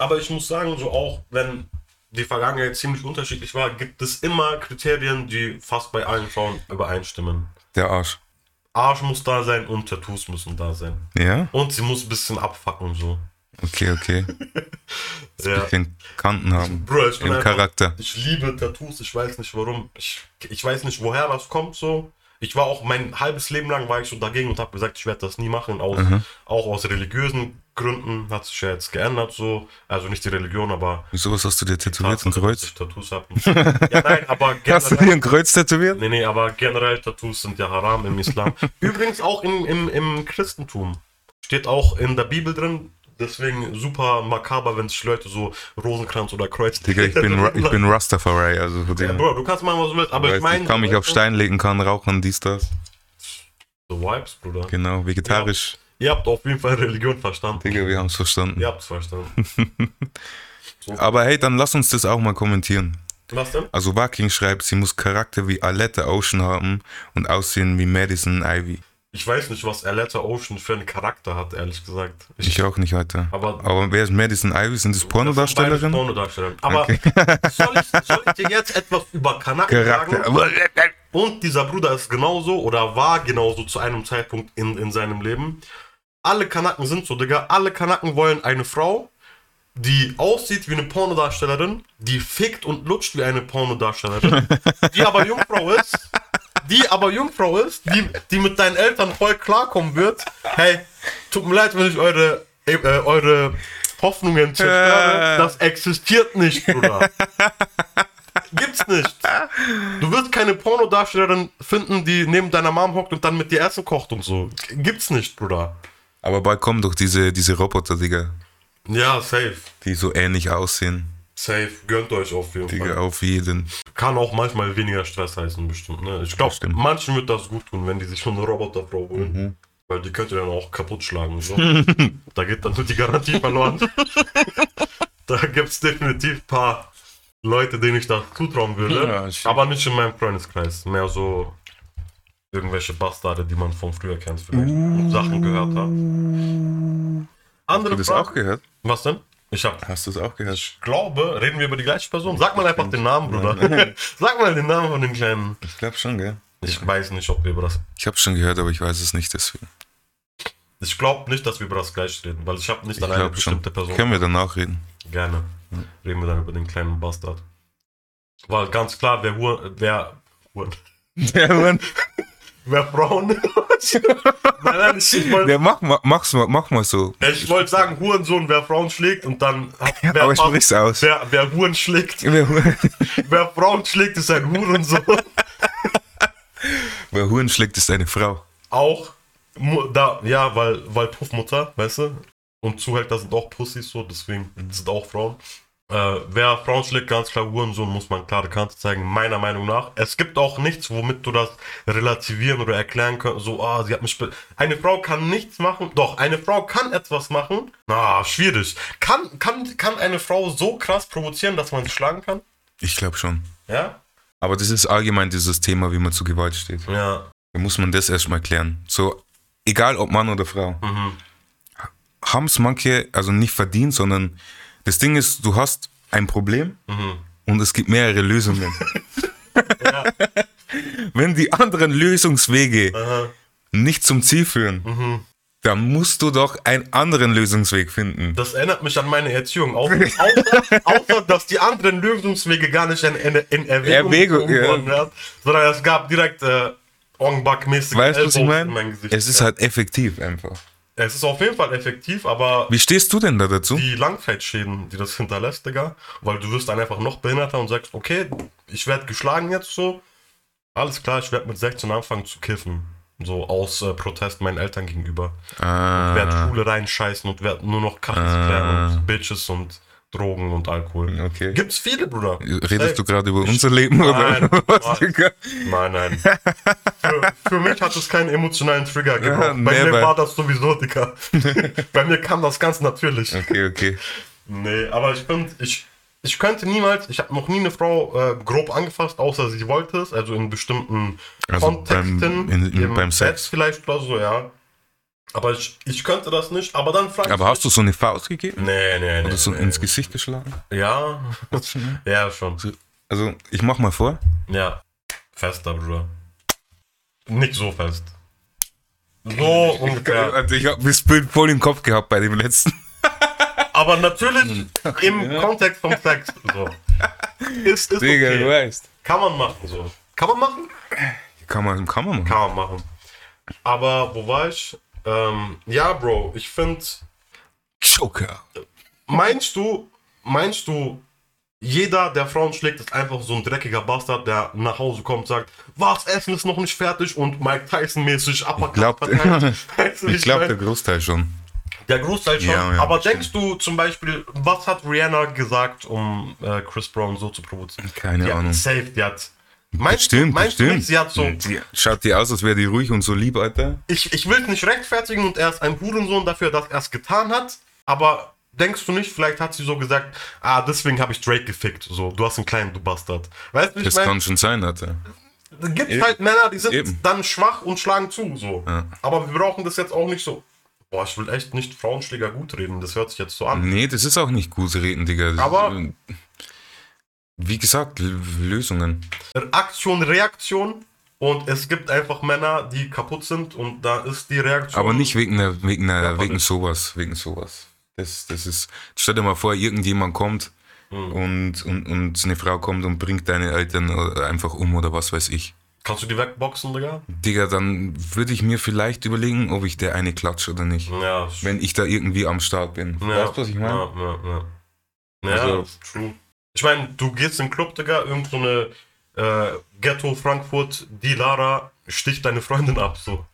S3: Aber ich muss sagen, so auch wenn die Vergangenheit ziemlich unterschiedlich war, gibt es immer Kriterien, die fast bei allen Frauen übereinstimmen.
S2: Der Arsch.
S3: Arsch muss da sein und Tattoos müssen da sein.
S2: Ja?
S3: Und sie muss ein bisschen abfacken, so.
S2: Okay, okay.
S3: Ja.
S2: Den Kanten haben.
S3: Bro, ich bin
S2: Im
S3: einfach,
S2: Charakter.
S3: Ich liebe Tattoos, ich weiß nicht warum. Ich, ich weiß nicht, woher das kommt so. Ich war auch mein halbes Leben lang war ich so dagegen und habe gesagt, ich werde das nie machen. Aus, Auch aus religiösen Gründen hat sich ja jetzt geändert so. Also nicht die Religion, aber
S2: Wieso was hast du dir tätowiert? Ein
S3: Tatsache, dass
S2: Kreuz?
S3: ich Tattoos habe. ja, nein, aber
S2: Hast du
S3: generell,
S2: dir ein Kreuz tätowiert?
S3: nee, nee, aber generell Tattoos sind ja haram im Islam. Übrigens auch im, im, im Christentum. Steht auch in der Bibel drin. Deswegen super makaber, wenn sich Leute so Rosenkranz oder Kreuz
S2: Digga, ich bin, Ra- ich bin Rastafari, also von
S3: Ja,
S2: dem.
S3: Bro, du kannst machen, was du willst, aber
S2: Weißt,
S3: ich meine.
S2: ich kann mich auf Stein legen, kann rauchen, dies, das.
S3: So Vibes, Bruder.
S2: Genau, vegetarisch.
S3: Ihr habt auf jeden Fall Religion verstanden.
S2: Digga, wir haben es verstanden.
S3: Ihr habt's verstanden.
S2: Aber hey, dann lass uns das auch mal kommentieren.
S3: Was denn?
S2: Also Waking schreibt, sie muss Charakter wie Aletta Ocean haben und aussehen wie Madison Ivy.
S3: Ich weiß nicht, was Aletta Ocean für einen Charakter hat, ehrlich gesagt.
S2: Ich auch nicht, Alter.
S3: Aber-
S2: Aber wer ist Madison Ivy? Sind das Pornodarstellerin?
S3: Pornodarstellerin. Aber
S2: Okay.
S3: soll, ich, soll ich dir jetzt etwas über Kanaken
S2: Charakter.
S3: sagen? Und dieser Bruder ist genauso oder war genauso zu einem Zeitpunkt in, in seinem Leben. Alle Kanaken sind so, Digga. Alle Kanaken wollen eine Frau, die aussieht wie eine Pornodarstellerin, die fickt und lutscht wie eine Pornodarstellerin, die aber Jungfrau ist, die aber Jungfrau ist, die, die mit deinen Eltern voll klarkommen wird. Hey, tut mir leid, wenn ich eure, äh, äh, eure Hoffnungen zerstöre.
S2: Äh.
S3: Das existiert nicht, Bruder. Gibt's nicht. Du wirst keine Pornodarstellerin finden, die neben deiner Mom hockt und dann mit dir Essen kocht und so. G- Gibt's nicht, Bruder.
S2: Aber bald kommen doch diese, diese Roboter, Digga,
S3: Ja, safe.
S2: die so ähnlich aussehen.
S3: Safe. Gönnt euch auf jeden
S2: Digga,
S3: Fall.
S2: auf jeden.
S3: Kann auch manchmal weniger Stress heißen, bestimmt. Ne? Ich glaube,
S2: Bestimmt.
S3: manchen wird das gut tun, wenn die sich schon eine Roboterfrau holen.
S2: Mhm.
S3: Weil die könnt ihr dann auch kaputt schlagen. und So. da geht dann nur die Garantie verloren. da gibt's definitiv ein paar Leute, denen ich das zutrauen würde.
S2: Ja, shit.
S3: aber nicht in meinem Freundeskreis. Mehr so irgendwelche Bastarde, die man von früher kennt, vielleicht. Und Sachen gehört hat. Andere
S2: Hast du das
S3: Frage-
S2: auch gehört?
S3: Was denn? Ich hab
S2: Hast du das auch gehört?
S3: ich glaube, reden wir über die gleiche Person. Sag mal einfach den Namen, Bruder. Sag mal den Namen von dem Kleinen.
S2: Ich glaube schon, gell?
S3: Ich weiß nicht, ob wir über das.
S2: Ich habe schon gehört, aber ich weiß es nicht deswegen.
S3: Ich glaube nicht, dass wir über das gleiche reden, weil ich habe nicht
S2: Ich
S3: an eine
S2: glaube schon.
S3: bestimmte Person.
S2: Können wir danach reden?
S3: Gerne. Reden wir dann über den kleinen Bastard. Weil ganz klar, wer Huren, wer, Huren,
S2: Der, Mann,
S3: wer Frauen. nein, nein, ich, ich wollte
S2: der mach, mal- mach's mal, mach mal so.
S3: ich wollt sagen, Hurensohn, wer Frauen schlägt und dann. Wer,
S2: aber ich sprich's aus.
S3: wer, wer Huren schlägt, wer Frauen schlägt, ist ein Hurensohn.
S2: Wer Huren schlägt, ist eine Frau.
S3: auch mu- da, ja, weil, weil Puffmutter, weißt du? Und Zuhälter sind auch Pussys so, deswegen sind auch Frauen. Äh, wer Frauen schlägt, ganz klar Uhrensohn, muss man klare Kante zeigen, meiner Meinung nach. Es gibt auch nichts, womit du das relativieren oder erklären kannst. So, ah, sie hat mich. be- Eine Frau kann nichts machen. Doch, eine Frau kann etwas machen. Na, schwierig. Kann, kann, kann eine Frau so krass provozieren, dass man sie schlagen kann?
S2: Ich glaube schon.
S3: Ja?
S2: Aber das ist allgemein dieses Thema, wie man zu Gewalt steht.
S3: Ja.
S2: Da muss man das erstmal klären. So, egal ob Mann oder Frau.
S3: Mhm.
S2: Haben es manche, also nicht verdient, sondern das Ding ist, du hast ein Problem
S3: Mhm.
S2: und es gibt mehrere Lösungen. Wenn die anderen Lösungswege nicht zum Ziel führen,
S3: Mhm.
S2: dann musst du doch einen anderen Lösungsweg finden.
S3: Das erinnert mich an meine Erziehung. Au- Außer, außer dass die anderen Lösungswege gar nicht in, in, in Erwägung,
S2: Erwägung,
S3: gezogen
S2: ja.
S3: worden werden, sondern es gab direkt äh, Ongback-mäßige
S2: Weißt du, was ich
S3: Ellbogen in
S2: meine?
S3: Gesicht.
S2: Es ist halt effektiv einfach.
S3: Es ist auf jeden Fall effektiv, aber
S2: Wie stehst du denn da dazu?
S3: die Langzeitschäden, die das hinterlässt, Digga, weil du wirst dann einfach noch behinderter und sagst, okay, ich werde geschlagen jetzt so. Alles klar, ich werde mit 16 anfangen zu kiffen. So aus äh, Protest meinen Eltern gegenüber.
S2: Ah.
S3: Werd Schule reinscheißen und werd nur noch Kaffee
S2: Ah.
S3: klären und Bitches und Drogen und Alkohol.
S2: Okay.
S3: Gibt's viele, Bruder.
S2: Redest
S3: Ey,
S2: du gerade über unser Leben oder
S3: Nein,
S2: was,
S3: Mann.
S2: Digga?
S3: Nein, nein. für, für mich hat es keinen emotionalen Trigger gebraucht. Bei
S2: never.
S3: mir war das sowieso, Digga. Bei mir kam das ganz natürlich.
S2: Okay, okay.
S3: Nee, aber ich bin, ich, ich könnte niemals, ich habe noch nie eine Frau äh, grob angefasst, außer sie wollte es, also in bestimmten
S2: Also
S3: Kontexten.
S2: beim- in- in-
S3: im
S2: beim Sex.
S3: vielleicht oder so, ja. Aber ich, ich könnte das nicht, aber dann frage
S2: Aber hast du so eine Faust gegeben?
S3: Nee, nee, nee.
S2: Oder so
S3: nee.
S2: ins Gesicht geschlagen?
S3: Ja, ja, schon.
S2: Also, ich mach mal vor.
S3: Ja. Fester, Bruder. Nicht so fest. So ungefähr.
S2: Also, ich hab das Bild voll im Kopf gehabt bei dem letzten.
S3: Aber natürlich im Kontext vom Sex. So. Ist, ist
S2: Digga, du
S3: okay.
S2: weißt.
S3: Kann man machen, so. Kann man machen?
S2: Kann man, kann man machen.
S3: Kann man machen. Aber wo war ich? Ähm, ja, Bro, ich finde.
S2: Joker.
S3: Meinst du, meinst du, jeder, der Frauen schlägt, ist einfach so ein dreckiger Bastard, der nach Hause kommt und sagt, was, Essen ist noch nicht fertig und Mike Tyson-mäßig Uppercut
S2: Glaubt,
S3: Weißt du, wie
S2: ich glaube,
S3: mein?
S2: der Großteil schon.
S3: Der Großteil schon.
S2: Ja, ja,
S3: aber
S2: bestimmt.
S3: denkst du zum Beispiel, was hat Rihanna gesagt, um äh, Chris Brown so zu provozieren?
S2: Keine
S3: die
S2: Ahnung.
S3: Hat safe, die hat. Meinst,
S2: Stimmt,
S3: du, meinst du
S2: stimmt.
S3: nicht, sie hat so.
S2: Die, schaut die aus, als wäre die ruhig und so lieb, Alter.
S3: Ich, ich will es nicht rechtfertigen und er ist ein Hurensohn dafür, dass er es getan hat. Aber denkst du nicht, vielleicht hat sie so gesagt, ah, deswegen habe ich Drake gefickt. So, du hast einen kleinen, du Bastard. Weißt du, wie ich
S2: Das
S3: meine,
S2: kann schon sein, Alter.
S3: es gibt halt Männer, die sind
S2: Eben.
S3: dann schwach und schlagen zu. So.
S2: Ja.
S3: Aber wir brauchen das jetzt auch nicht so. Boah, ich will echt nicht Frauenschläger gut reden. Das hört sich jetzt so an.
S2: Nee, das ist auch nicht gut reden, Digga. Das- äh,
S3: Aber-
S2: Wie gesagt, L- Lösungen.
S3: Aktion, Reaktion. Und es gibt einfach Männer, die kaputt sind und da ist die Reaktion.
S2: Aber nicht wegen der, wegen, der,
S3: Ja,
S2: wegen
S3: alles.
S2: sowas, wegen sowas. Das, das ist, stell dir mal vor, irgendjemand kommt
S3: Hm.
S2: und, und, und eine Frau kommt und bringt deine Eltern oder einfach um oder was weiß ich.
S3: Kannst du die wegboxen, Digga?
S2: Digga, dann würde ich mir vielleicht überlegen, ob ich der eine klatsche oder nicht.
S3: Ja,
S2: Wenn ich da irgendwie am Start bin.
S3: Ja,
S2: Weißt du, was ich meine?
S3: Ja, ja, ja. ja
S2: Also-
S3: true. Ich meine, du gehst in den Club, Digga, irgend so eine äh, Ghetto Frankfurt, die Lara sticht deine Freundin ab, so.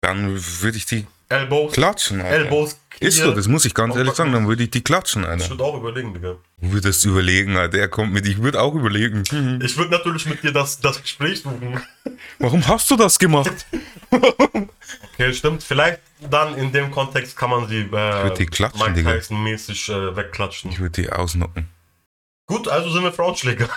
S2: Dann würde ich die
S3: Elbows,
S2: klatschen, Alter.
S3: Elbows, Knie.
S2: Ist so, das muss ich ganz
S3: Auch
S2: ehrlich
S3: was
S2: sagen,
S3: mit-
S2: dann würde ich die klatschen,
S3: Ich
S2: Alter.
S3: würde auch überlegen, Digga.
S2: Du würdest überlegen, Alter. Er kommt mit, ich würde auch überlegen. Hm,
S3: Ich würde natürlich mit dir das, das Gespräch suchen.
S2: Warum hast du das gemacht?
S3: Okay, stimmt. Vielleicht dann in dem Kontext kann man sie äh,
S2: würd die klatschen,
S3: Mike
S2: Digga.
S3: Tyson-mäßig äh, wegklatschen.
S2: Ich würde die ausnocken.
S3: Gut, also sind wir Frauenschläger.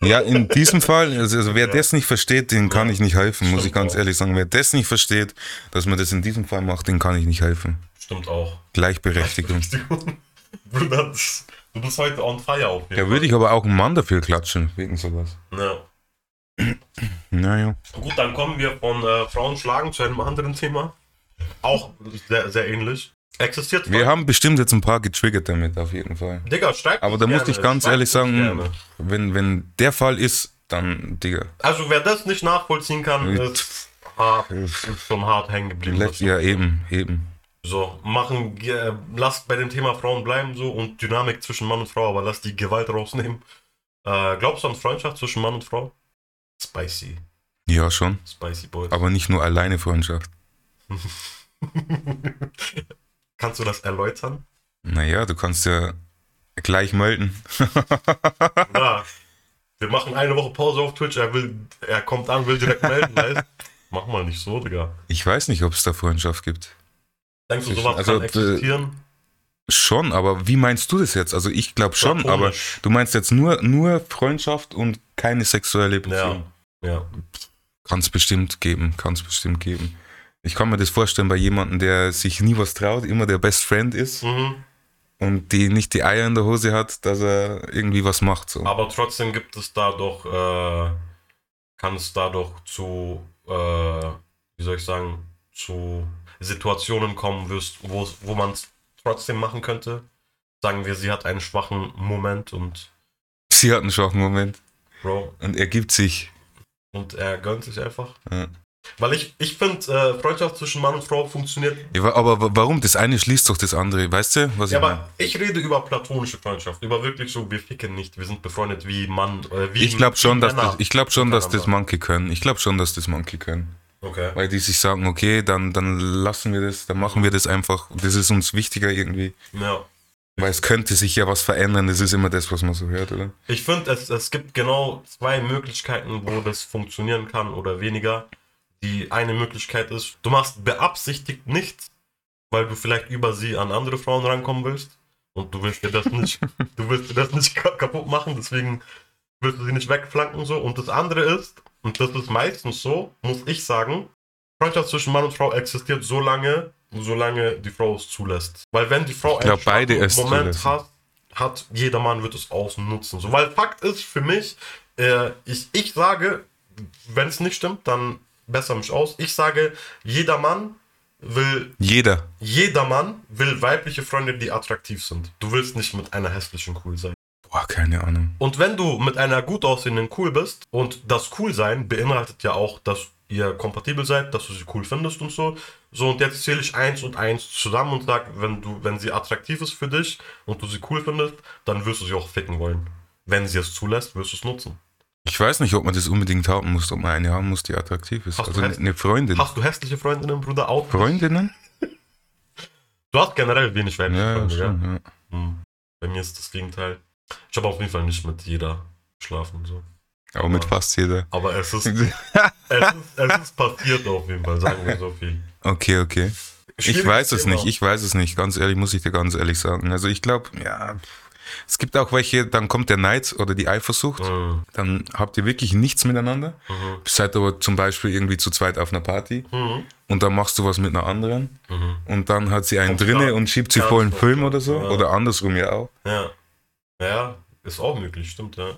S2: Ja, in diesem Fall, also, also wer das nicht versteht, den kann ich nicht helfen, muss ich ganz
S3: auch.
S2: ehrlich sagen. Wer das nicht versteht, dass man das in diesem Fall macht, den kann ich nicht helfen.
S3: Stimmt auch.
S2: Gleichberechtigung.
S3: Bruder, das, du bist heute on fire auf jeden
S2: Da würde ich aber auch einen Mann dafür klatschen, wegen sowas.
S3: Fall. Ja.
S2: Naja.
S3: Gut, dann kommen wir von äh, Frauen schlagen zu einem anderen Thema. Auch sehr, sehr ähnlich. Existiert
S2: Wir haben bestimmt jetzt ein paar getriggert damit, auf jeden Fall.
S3: Digga, steigt
S2: Aber da
S3: gerne,
S2: muss ich ganz
S3: steigt
S2: ehrlich sagen,
S3: gerne.
S2: wenn, wenn der Fall ist, dann, Digga,
S3: Also, wer das nicht nachvollziehen kann,
S2: Mit-
S3: ist, hart, ist schon hart hängen geblieben.
S2: lässt ja eben, eben.
S3: So, machen, ge- äh, lasst bei dem Thema Frauen bleiben so und Dynamik zwischen Mann und Frau, aber lasst die Gewalt rausnehmen. Äh, glaubst du an Freundschaft zwischen Mann und Frau? Spicy.
S2: Ja, schon.
S3: Spicy Boy.
S2: Aber nicht nur alleine Freundschaft.
S3: Kannst du das erläutern?
S2: Naja, du kannst ja gleich melden.
S3: Ja. Wir machen eine Woche Pause auf Twitch. Er, will, er kommt an, will direkt melden. Weißt? Mach mal nicht so, Digga.
S2: Ich weiß nicht, ob es da Freundschaft gibt.
S3: Denkst du, sowas
S2: Also,
S3: kann existieren?
S2: Schon, aber wie meinst du das jetzt? Also ich glaube schon, aber
S3: Platonisch.
S2: du meinst jetzt nur, nur Freundschaft und keine sexuelle Beziehung.
S3: Ja. ja.
S2: Kann es bestimmt geben, kann es bestimmt geben. Ich kann mir das vorstellen bei jemandem, der sich nie was traut, immer der Best Friend ist
S3: Mhm.
S2: und die nicht die Eier in der Hose hat, dass er irgendwie was macht. So.
S3: Aber trotzdem gibt es da doch, äh, kann es da doch zu, äh, wie soll ich sagen, zu Situationen kommen, wirst, wo, wo man es trotzdem machen könnte. Sagen wir, sie hat einen schwachen Moment und
S2: Sie hat einen schwachen Moment
S3: Bro,
S2: und er gibt sich.
S3: und er gönnt sich einfach.
S2: Ja.
S3: Weil ich, ich finde, äh, Freundschaft zwischen Mann und Frau funktioniert.
S2: Ja, wa- aber wa- warum? Das eine schließt doch das andere. Weißt du, was
S3: Ja,
S2: ich meine?
S3: aber ich rede über platonische Freundschaft. Über wirklich so, wir ficken nicht, wir sind befreundet wie Mann. Äh, wie
S2: Ich glaube schon,
S3: wie
S2: dass
S3: Männer
S2: das, ich glaub schon, dass das
S3: miteinander.
S2: Monkey können. Ich glaube schon, dass das Monkey können.
S3: Okay.
S2: Weil die sich sagen, okay, dann, dann lassen wir das, dann machen wir das einfach. Das ist uns wichtiger irgendwie.
S3: Ja.
S2: Weil es könnte sich ja was verändern. Das ist immer das, was man so hört, oder?
S3: Ich finde, es, es gibt genau zwei Möglichkeiten, wo das funktionieren kann oder weniger. Die eine Möglichkeit ist, du machst beabsichtigt nichts, weil du vielleicht über sie an andere Frauen rankommen willst. Und du willst dir das nicht, du willst dir das nicht ka- kaputt machen, deswegen willst du sie nicht wegflanken so. Und das andere ist, und das ist meistens so, muss ich sagen, Freundschaft zwischen Mann und Frau existiert so lange, solange die Frau es zulässt. Weil wenn die Frau
S2: Ich glaub, beide
S3: starken
S2: es zulassen.
S3: hat, hat, jeder Mann wird es ausnutzen. So, weil Fakt ist für mich, äh, ich, ich sage, wenn es nicht stimmt, dann besser mich aus. Ich sage, jeder Mann will
S2: Jeder.
S3: jeder Mann will weibliche Freunde, die attraktiv sind. Du willst nicht mit einer hässlichen cool sein.
S2: Boah, keine Ahnung.
S3: Und wenn du mit einer gut aussehenden cool bist und das cool sein beinhaltet ja auch, dass ihr kompatibel seid, dass du sie cool findest und so. So und jetzt zähle ich eins und eins zusammen und sag, wenn du, wenn sie attraktiv ist für dich und du sie cool findest, dann wirst du sie auch ficken wollen. Wenn sie es zulässt, wirst du es nutzen.
S2: Ich weiß nicht, ob man das unbedingt haben muss, ob man eine haben muss, die attraktiv ist.
S3: Hast du
S2: Also
S3: Rest?
S2: eine Freundin.
S3: Hast du hässliche Freundinnen, Bruder, auch?
S2: Freundinnen?
S3: Du hast generell wenig weibliche
S2: Ja, ja,
S3: Freunde, gell?
S2: schon, ja.
S3: Hm. Bei mir ist das Gegenteil. Ich habe auf jeden Fall nicht mit jeder geschlafen. So.
S2: Aber mit fast jeder.
S3: Aber es ist, es, ist, es ist passiert auf jeden Fall, sagen wir so viel.
S2: Okay, okay. Ich
S3: Schwieriges
S2: weiß es
S3: Thema.
S2: nicht, ich weiß es nicht, ganz ehrlich, muss ich dir ganz ehrlich sagen. Also ich glaube, ja, es gibt auch welche, dann kommt der Neid oder die Eifersucht,
S3: Mhm.
S2: dann habt ihr wirklich nichts miteinander,
S3: Mhm.
S2: seid aber zum Beispiel irgendwie zu zweit auf einer Party
S3: Mhm.
S2: und dann machst du was mit einer anderen
S3: Mhm.
S2: und dann hat sie einen
S3: Kommt
S2: drinne
S3: klar.
S2: und schiebt sie
S3: Ja,
S2: vor einen
S3: so.
S2: Film oder so
S3: Ja.
S2: oder andersrum ja auch.
S3: Ja. Ja, ist auch möglich, stimmt, ja.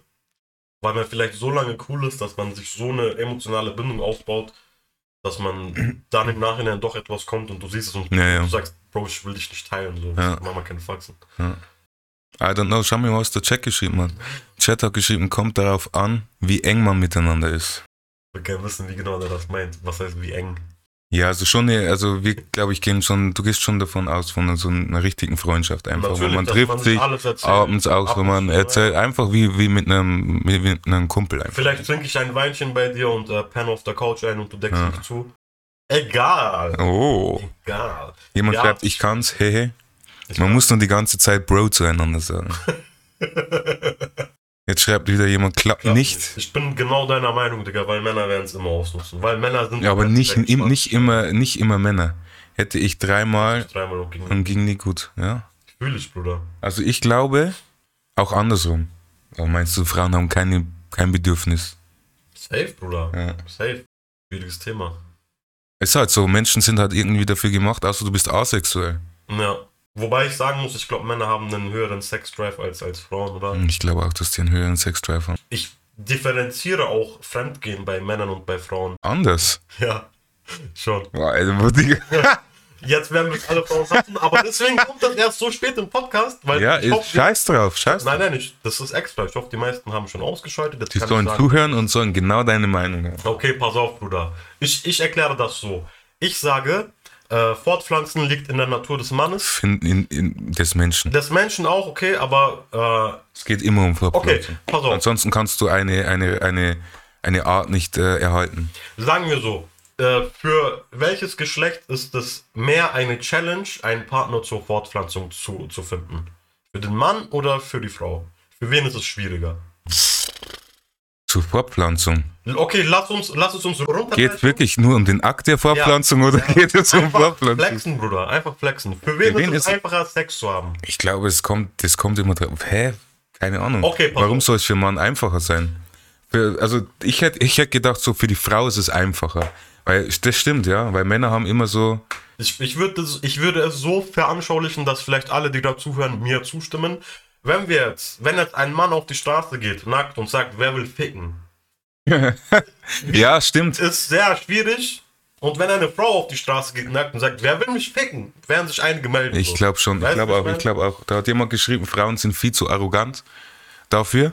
S3: Weil man vielleicht so lange cool ist, dass man sich so eine emotionale Bindung aufbaut, dass man dann im Nachhinein doch etwas kommt und du siehst es und
S2: Ja, ja.
S3: du sagst, Bro, ich will dich nicht teilen, so.
S2: Ja.
S3: Mach mal keine Faxen.
S2: I don't know, schau mir, was der Chat geschrieben hat. Chat hat geschrieben, kommt darauf an, wie eng man miteinander ist.
S3: Wir gerne wissen, wie genau der das meint. Was heißt wie eng?
S2: Ja, also schon, eine- also wir, glaube ich, gehen schon, du gehst schon davon aus, von so einer richtigen Freundschaft einfach, wo man
S3: dass
S2: trifft
S3: sich
S2: sich
S3: alles erzählt.
S2: abends
S3: Ab
S2: auch, wo
S3: und
S2: man
S3: zu, ja.
S2: erzählt, einfach wie, wie mit einem, wie mit einem Kumpel einfach.
S3: Vielleicht trinke ich ein Weinchen bei dir und äh, penne auf der Couch ein und du deckst
S2: Ja.
S3: mich zu. Egal.
S2: Oh,
S3: Egal.
S2: jemand
S3: Ja.
S2: schreibt, ich kann's, hehe.
S3: Ich
S2: Man muss nur die ganze Zeit Bro zueinander sagen. Jetzt schreibt wieder jemand, klappt nicht.
S3: Ich bin genau deiner Meinung, Digga, weil Männer werden es immer ausnutzen. Weil Männer sind.
S2: Ja, aber
S3: im
S2: nicht,
S3: Endeffekt
S2: im,
S3: schwach.
S2: nicht immer, nicht immer Männer. Hätte ich dreimal
S3: Dreimal noch gegen
S2: und ging nie gut, ja.
S3: Fühl ich, Bruder.
S2: Also ich glaube, auch andersrum. Aber meinst du, Frauen haben keine, kein Bedürfnis?
S3: Safe, Bruder.
S2: Ja.
S3: Safe. Schwieriges Thema.
S2: Ist halt so, Menschen sind halt irgendwie dafür gemacht, außer du bist asexuell.
S3: Ja. Wobei ich sagen muss, ich glaube, Männer haben einen höheren Sexdrive als, als Frauen, oder?
S2: Ich glaube auch, dass die einen höheren Sexdrive haben.
S3: Ich differenziere auch Fremdgehen bei Männern und bei Frauen.
S2: Anders.
S3: Ja, schon.
S2: Boah, Alter, wo die-
S3: Jetzt werden wir es alle Frauen hassen, aber deswegen kommt das erst so spät im Podcast, weil
S2: ja,
S3: ich
S2: ist,
S3: hoffe, die-
S2: scheiß drauf, scheiß drauf.
S3: Nein, nein, ich, das ist extra. Ich hoffe, die meisten haben schon ausgeschaltet. Jetzt
S2: Die
S3: kann ich
S2: sollen
S3: sagen-
S2: zuhören und sollen genau deine Meinung haben.
S3: Okay, pass auf, Bruder. Ich, ich erkläre das so. Ich sage, äh, Fortpflanzen liegt in der Natur des Mannes.
S2: Finden in, in, des Menschen.
S3: Des Menschen auch, okay, aber äh,
S2: Es geht immer um Verpflanzung.
S3: Okay, pass auf.
S2: Ansonsten kannst du eine, eine, eine, eine Art nicht äh, erhalten.
S3: äh, sagen wir so, äh, für welches Geschlecht ist es mehr eine Challenge, einen Partner zur Fortpflanzung zu, zu finden? Für den Mann oder für die Frau? Für wen ist es schwieriger?
S2: Zur Fortpflanzung.
S3: Okay, lass uns, lass es uns runter.
S2: Geht es wirklich nur um den Akt der Fortpflanzung oder geht es um
S3: Also- Einfach
S2: Fortpflanzung?
S3: flexen, Bruder, einfach flexen. Für wen,
S2: Für wen
S3: ist es
S2: ist-
S3: einfacher, Sex zu haben?
S2: Ich glaube, es kommt, das kommt immer drauf. Hä? Keine Ahnung.
S3: Okay, pass
S2: Warum
S3: auf.
S2: soll es für einen Mann einfacher sein? Für, also ich hätte ich hätt gedacht, so für die Frau ist es einfacher. Weil das stimmt, ja. Weil Männer haben immer so.
S3: Ich, ich, würde, es- ich würde es so veranschaulichen, dass vielleicht alle, die da zuhören, mir zustimmen. Wenn wir jetzt, wenn jetzt ein Mann auf die Straße geht, nackt und sagt, wer will ficken,
S2: ja, stimmt.
S3: ist sehr schwierig. Und wenn eine Frau auf die Straße geht, nackt und sagt, wer will mich ficken, werden sich einige melden.
S2: Ich glaube schon. Ich
S3: Weißt du,
S2: glaube
S3: was
S2: auch, ich
S3: meine?
S2: glaube auch. Da hat jemand geschrieben, Frauen sind viel zu arrogant dafür.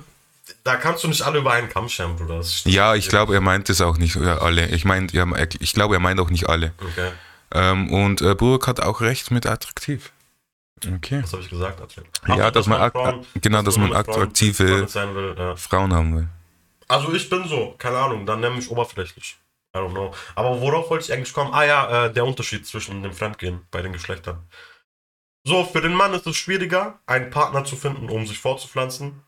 S3: da kannst du nicht alle über einen Kamm scheren, Bruder. Das stimmt.
S2: Ja, ich glaube, er meint es auch nicht äh, alle. Ich meine, ja, er- ich glaube, er meint auch nicht alle.
S3: Okay,
S2: Ähm, und äh, Burg hat auch recht mit attraktiv. Okay.
S3: was habe ich gesagt? Absolut.
S2: Ja, dass man, ak-
S3: Frauen-
S2: genau, dass man
S3: nur mit Frauen
S2: attraktive
S3: befreundet sein will, ja.
S2: Frauen haben will.
S3: Also ich bin so, keine Ahnung, dann nenn mich oberflächlich. I don't know. Aber worauf wollte ich eigentlich kommen? Ah ja, äh, der Unterschied zwischen dem Fremdgehen bei den Geschlechtern. So, für den Mann ist es schwieriger, einen Partner zu finden, um sich fortzupflanzen.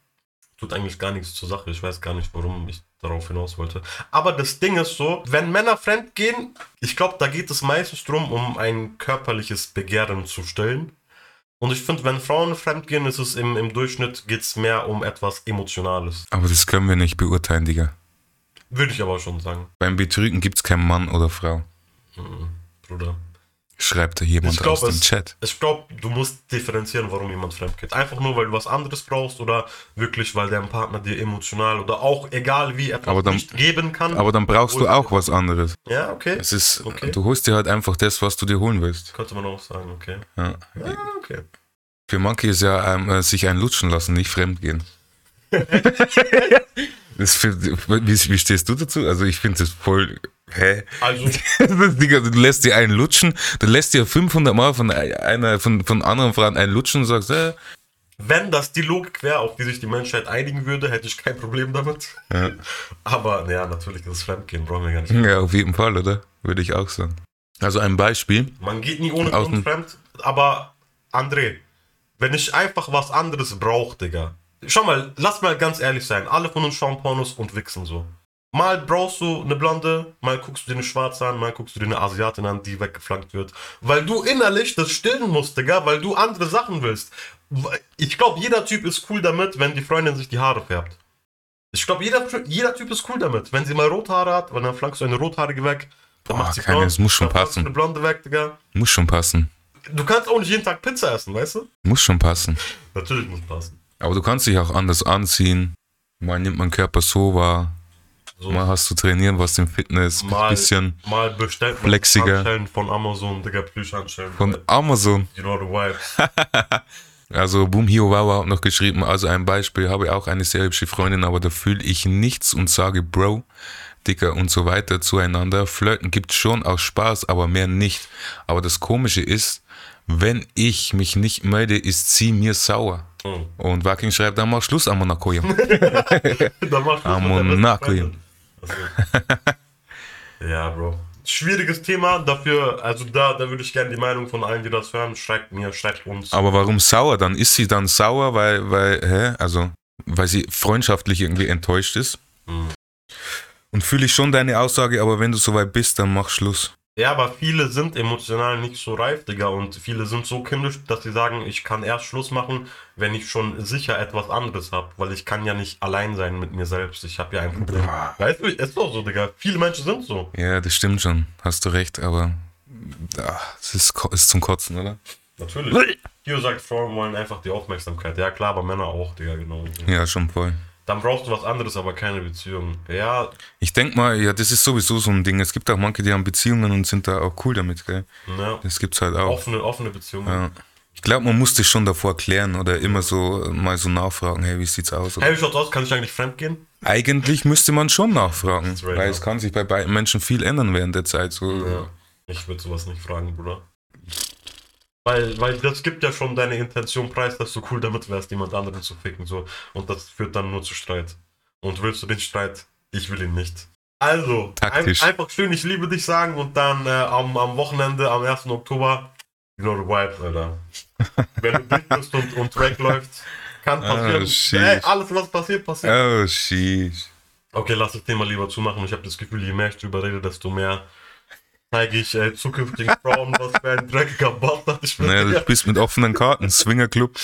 S3: Tut eigentlich gar nichts zur Sache. Ich weiß gar nicht, warum ich darauf hinaus wollte. Aber das Ding ist so, wenn Männer fremdgehen, ich glaube, da geht es meistens drum, um ein körperliches Begehren zu stillen. Und ich finde, wenn Frauen fremdgehen, ist es im, im Durchschnitt geht's mehr um etwas Emotionales.
S2: Aber das können wir nicht beurteilen, Digga.
S3: Würde ich aber schon sagen.
S2: Beim Betrügen gibt es keinen Mann oder Frau.
S3: Bruder.
S2: Schreibt da jemand
S3: Ich glaub,
S2: aus dem
S3: es-
S2: Chat.
S3: Ich glaube, du musst differenzieren, warum jemand fremd geht. Einfach nur, weil du was anderes brauchst oder wirklich, weil dein Partner dir emotional oder auch egal wie etwas
S2: Aber dann-
S3: nicht geben kann.
S2: Aber dann brauchst du
S3: Obwohl-
S2: auch was anderes.
S3: ja, okay.
S2: Es ist,
S3: Okay.
S2: du holst dir halt einfach das, was du dir holen willst.
S3: Könnte man auch sagen, okay.
S2: Ja.
S3: Ah, okay.
S2: Für Monkey ist ja ähm, äh, sich einlutschen lassen, nicht fremdgehen. das für, wie, wie stehst du dazu? Also ich finde das voll. Hä?
S3: Also,
S2: Das Digga, du lässt dir einen lutschen, du lässt dir 500 Mal von einer von, von anderen Frauen einen lutschen und sagst, äh,
S3: wenn das die Logik wäre, auf die sich die Menschheit einigen würde, hätte ich kein Problem damit.
S2: Ja.
S3: Aber naja, natürlich ist es Fremdgehen, brauchen wir gar nicht.
S2: ja, auf jeden Fall, oder? Würde ich auch sagen. Also ein Beispiel.
S3: Man geht nie ohne
S2: Aus
S3: Grund
S2: dem-
S3: fremd, aber André, wenn ich einfach was anderes brauche, Digga. Schau mal, lass mal ganz ehrlich sein. Alle von uns schauen Pornos und wichsen so. Mal brauchst du eine Blonde, mal guckst du dir eine Schwarze an, mal guckst du dir eine Asiatin an, die weggeflankt wird. Weil du innerlich das stillen musst, Digga, weil du andere Sachen willst. Ich glaube, jeder Typ ist cool damit, wenn die Freundin sich die Haare färbt. Ich glaube, jeder, jeder Typ ist cool damit. Wenn sie mal Rothaare hat, dann flankst du eine Rothaarige weg. Dann
S2: Boah,
S3: macht sie
S2: keine,
S3: blond,
S2: es muss schon
S3: dann flankst du
S2: passen.
S3: Eine Blonde weg, Digga.
S2: Muss schon passen.
S3: Du kannst auch nicht jeden Tag Pizza essen, weißt du?
S2: Muss schon passen.
S3: Natürlich muss passen.
S2: Aber du kannst dich auch anders anziehen. Mal nimmt man Körper so wahr.
S3: So.
S2: Mal hast du trainieren, was im Fitness. Ein bisschen
S3: mal bestellt man
S2: flexiger.
S3: Handschellen von Amazon, Digga, Plüschhandschellen.
S2: von Amazon.
S3: You know the vibes.
S2: Also Boom Hiowawa hat noch geschrieben, also ein Beispiel, habe auch eine sehr hübsche Freundin, aber da fühle ich nichts und sage Bro, Dicker und so weiter zueinander. Flirten gibt schon auch Spaß, aber mehr nicht. Aber das Komische ist, wenn ich mich nicht melde, ist sie mir sauer.
S3: Oh.
S2: Und Waking schreibt, dann mach Schluss, Amonako. Junge.
S3: Dann machst du's mit der besten
S2: Monaco,
S3: Freundin. Also- Ja, Bro. Schwieriges Thema, dafür, also da, da würde ich gerne die Meinung von allen, die das hören, schreibt mir, schreibt uns.
S2: aber warum sauer? Dann ist sie dann sauer, weil, weil, hä? Also, weil sie freundschaftlich irgendwie enttäuscht ist.
S3: Mhm.
S2: Und fühle ich schon deine Aussage, aber wenn du soweit bist, dann mach Schluss.
S3: Ja, aber viele sind emotional nicht so reif, Digga, und viele sind so kindisch, dass sie sagen, ich kann erst Schluss machen, wenn ich schon sicher etwas anderes habe, weil ich kann ja nicht allein sein mit mir selbst. Ich habe ja ein Problem. Weißt du, ist doch so, Digga. Viele Menschen sind so.
S2: Ja, das stimmt schon. Hast du recht, aber ach, es ist, ko- ist zum Kotzen, oder?
S3: Natürlich. Hier sagt, Frauen wollen einfach die Aufmerksamkeit. Ja, klar, aber Männer auch, Digga, genau.
S2: Ja, schon voll.
S3: Dann brauchst du was anderes, aber keine Beziehung. Ja,
S2: Ich denk mal, ja, das ist sowieso so ein Ding. Es gibt auch manche, die haben Beziehungen und sind da auch cool damit, gell?
S3: ne.
S2: Das gibt's halt auch.
S3: Offene, offene Beziehung.
S2: Ja. Ich glaube, man muss das schon davor klären oder immer so äh, mal so nachfragen, hey, wie sieht's aus?
S3: Hey, wie schaut's aus? Kann ich eigentlich fremd gehen?
S2: Eigentlich müsste man schon nachfragen,
S3: right,
S2: weil
S3: ja.
S2: es kann sich bei beiden Menschen viel ändern während der Zeit. So.
S3: Ich würde sowas nicht fragen, Bruder. Weil, weil das gibt ja schon deine Intention preis, dass du cool damit wärst, jemand anderen zu ficken. So. Und das führt dann nur zu Streit. Und willst du den Streit? Ich will ihn nicht. Also, ein,
S2: Taktisch.
S3: einfach schön, ich liebe dich sagen und dann äh, am, am Wochenende, am 1. Oktober, you know the vibes, Alter. Wenn du dicht bist und, und Track läuft, kann passieren.
S2: Ah, shit.
S3: Ey, alles, was passiert, passiert.
S2: Oh, sheesh.
S3: Okay, lass das Thema lieber zumachen. Ich habe das Gefühl, je mehr ich drüber rede, desto mehr zeige ich äh, zukünftigen Frauen, was für ein dreckiger Bastard ich bin.
S2: Naja, du bist mit offenen Karten, Swingerclub.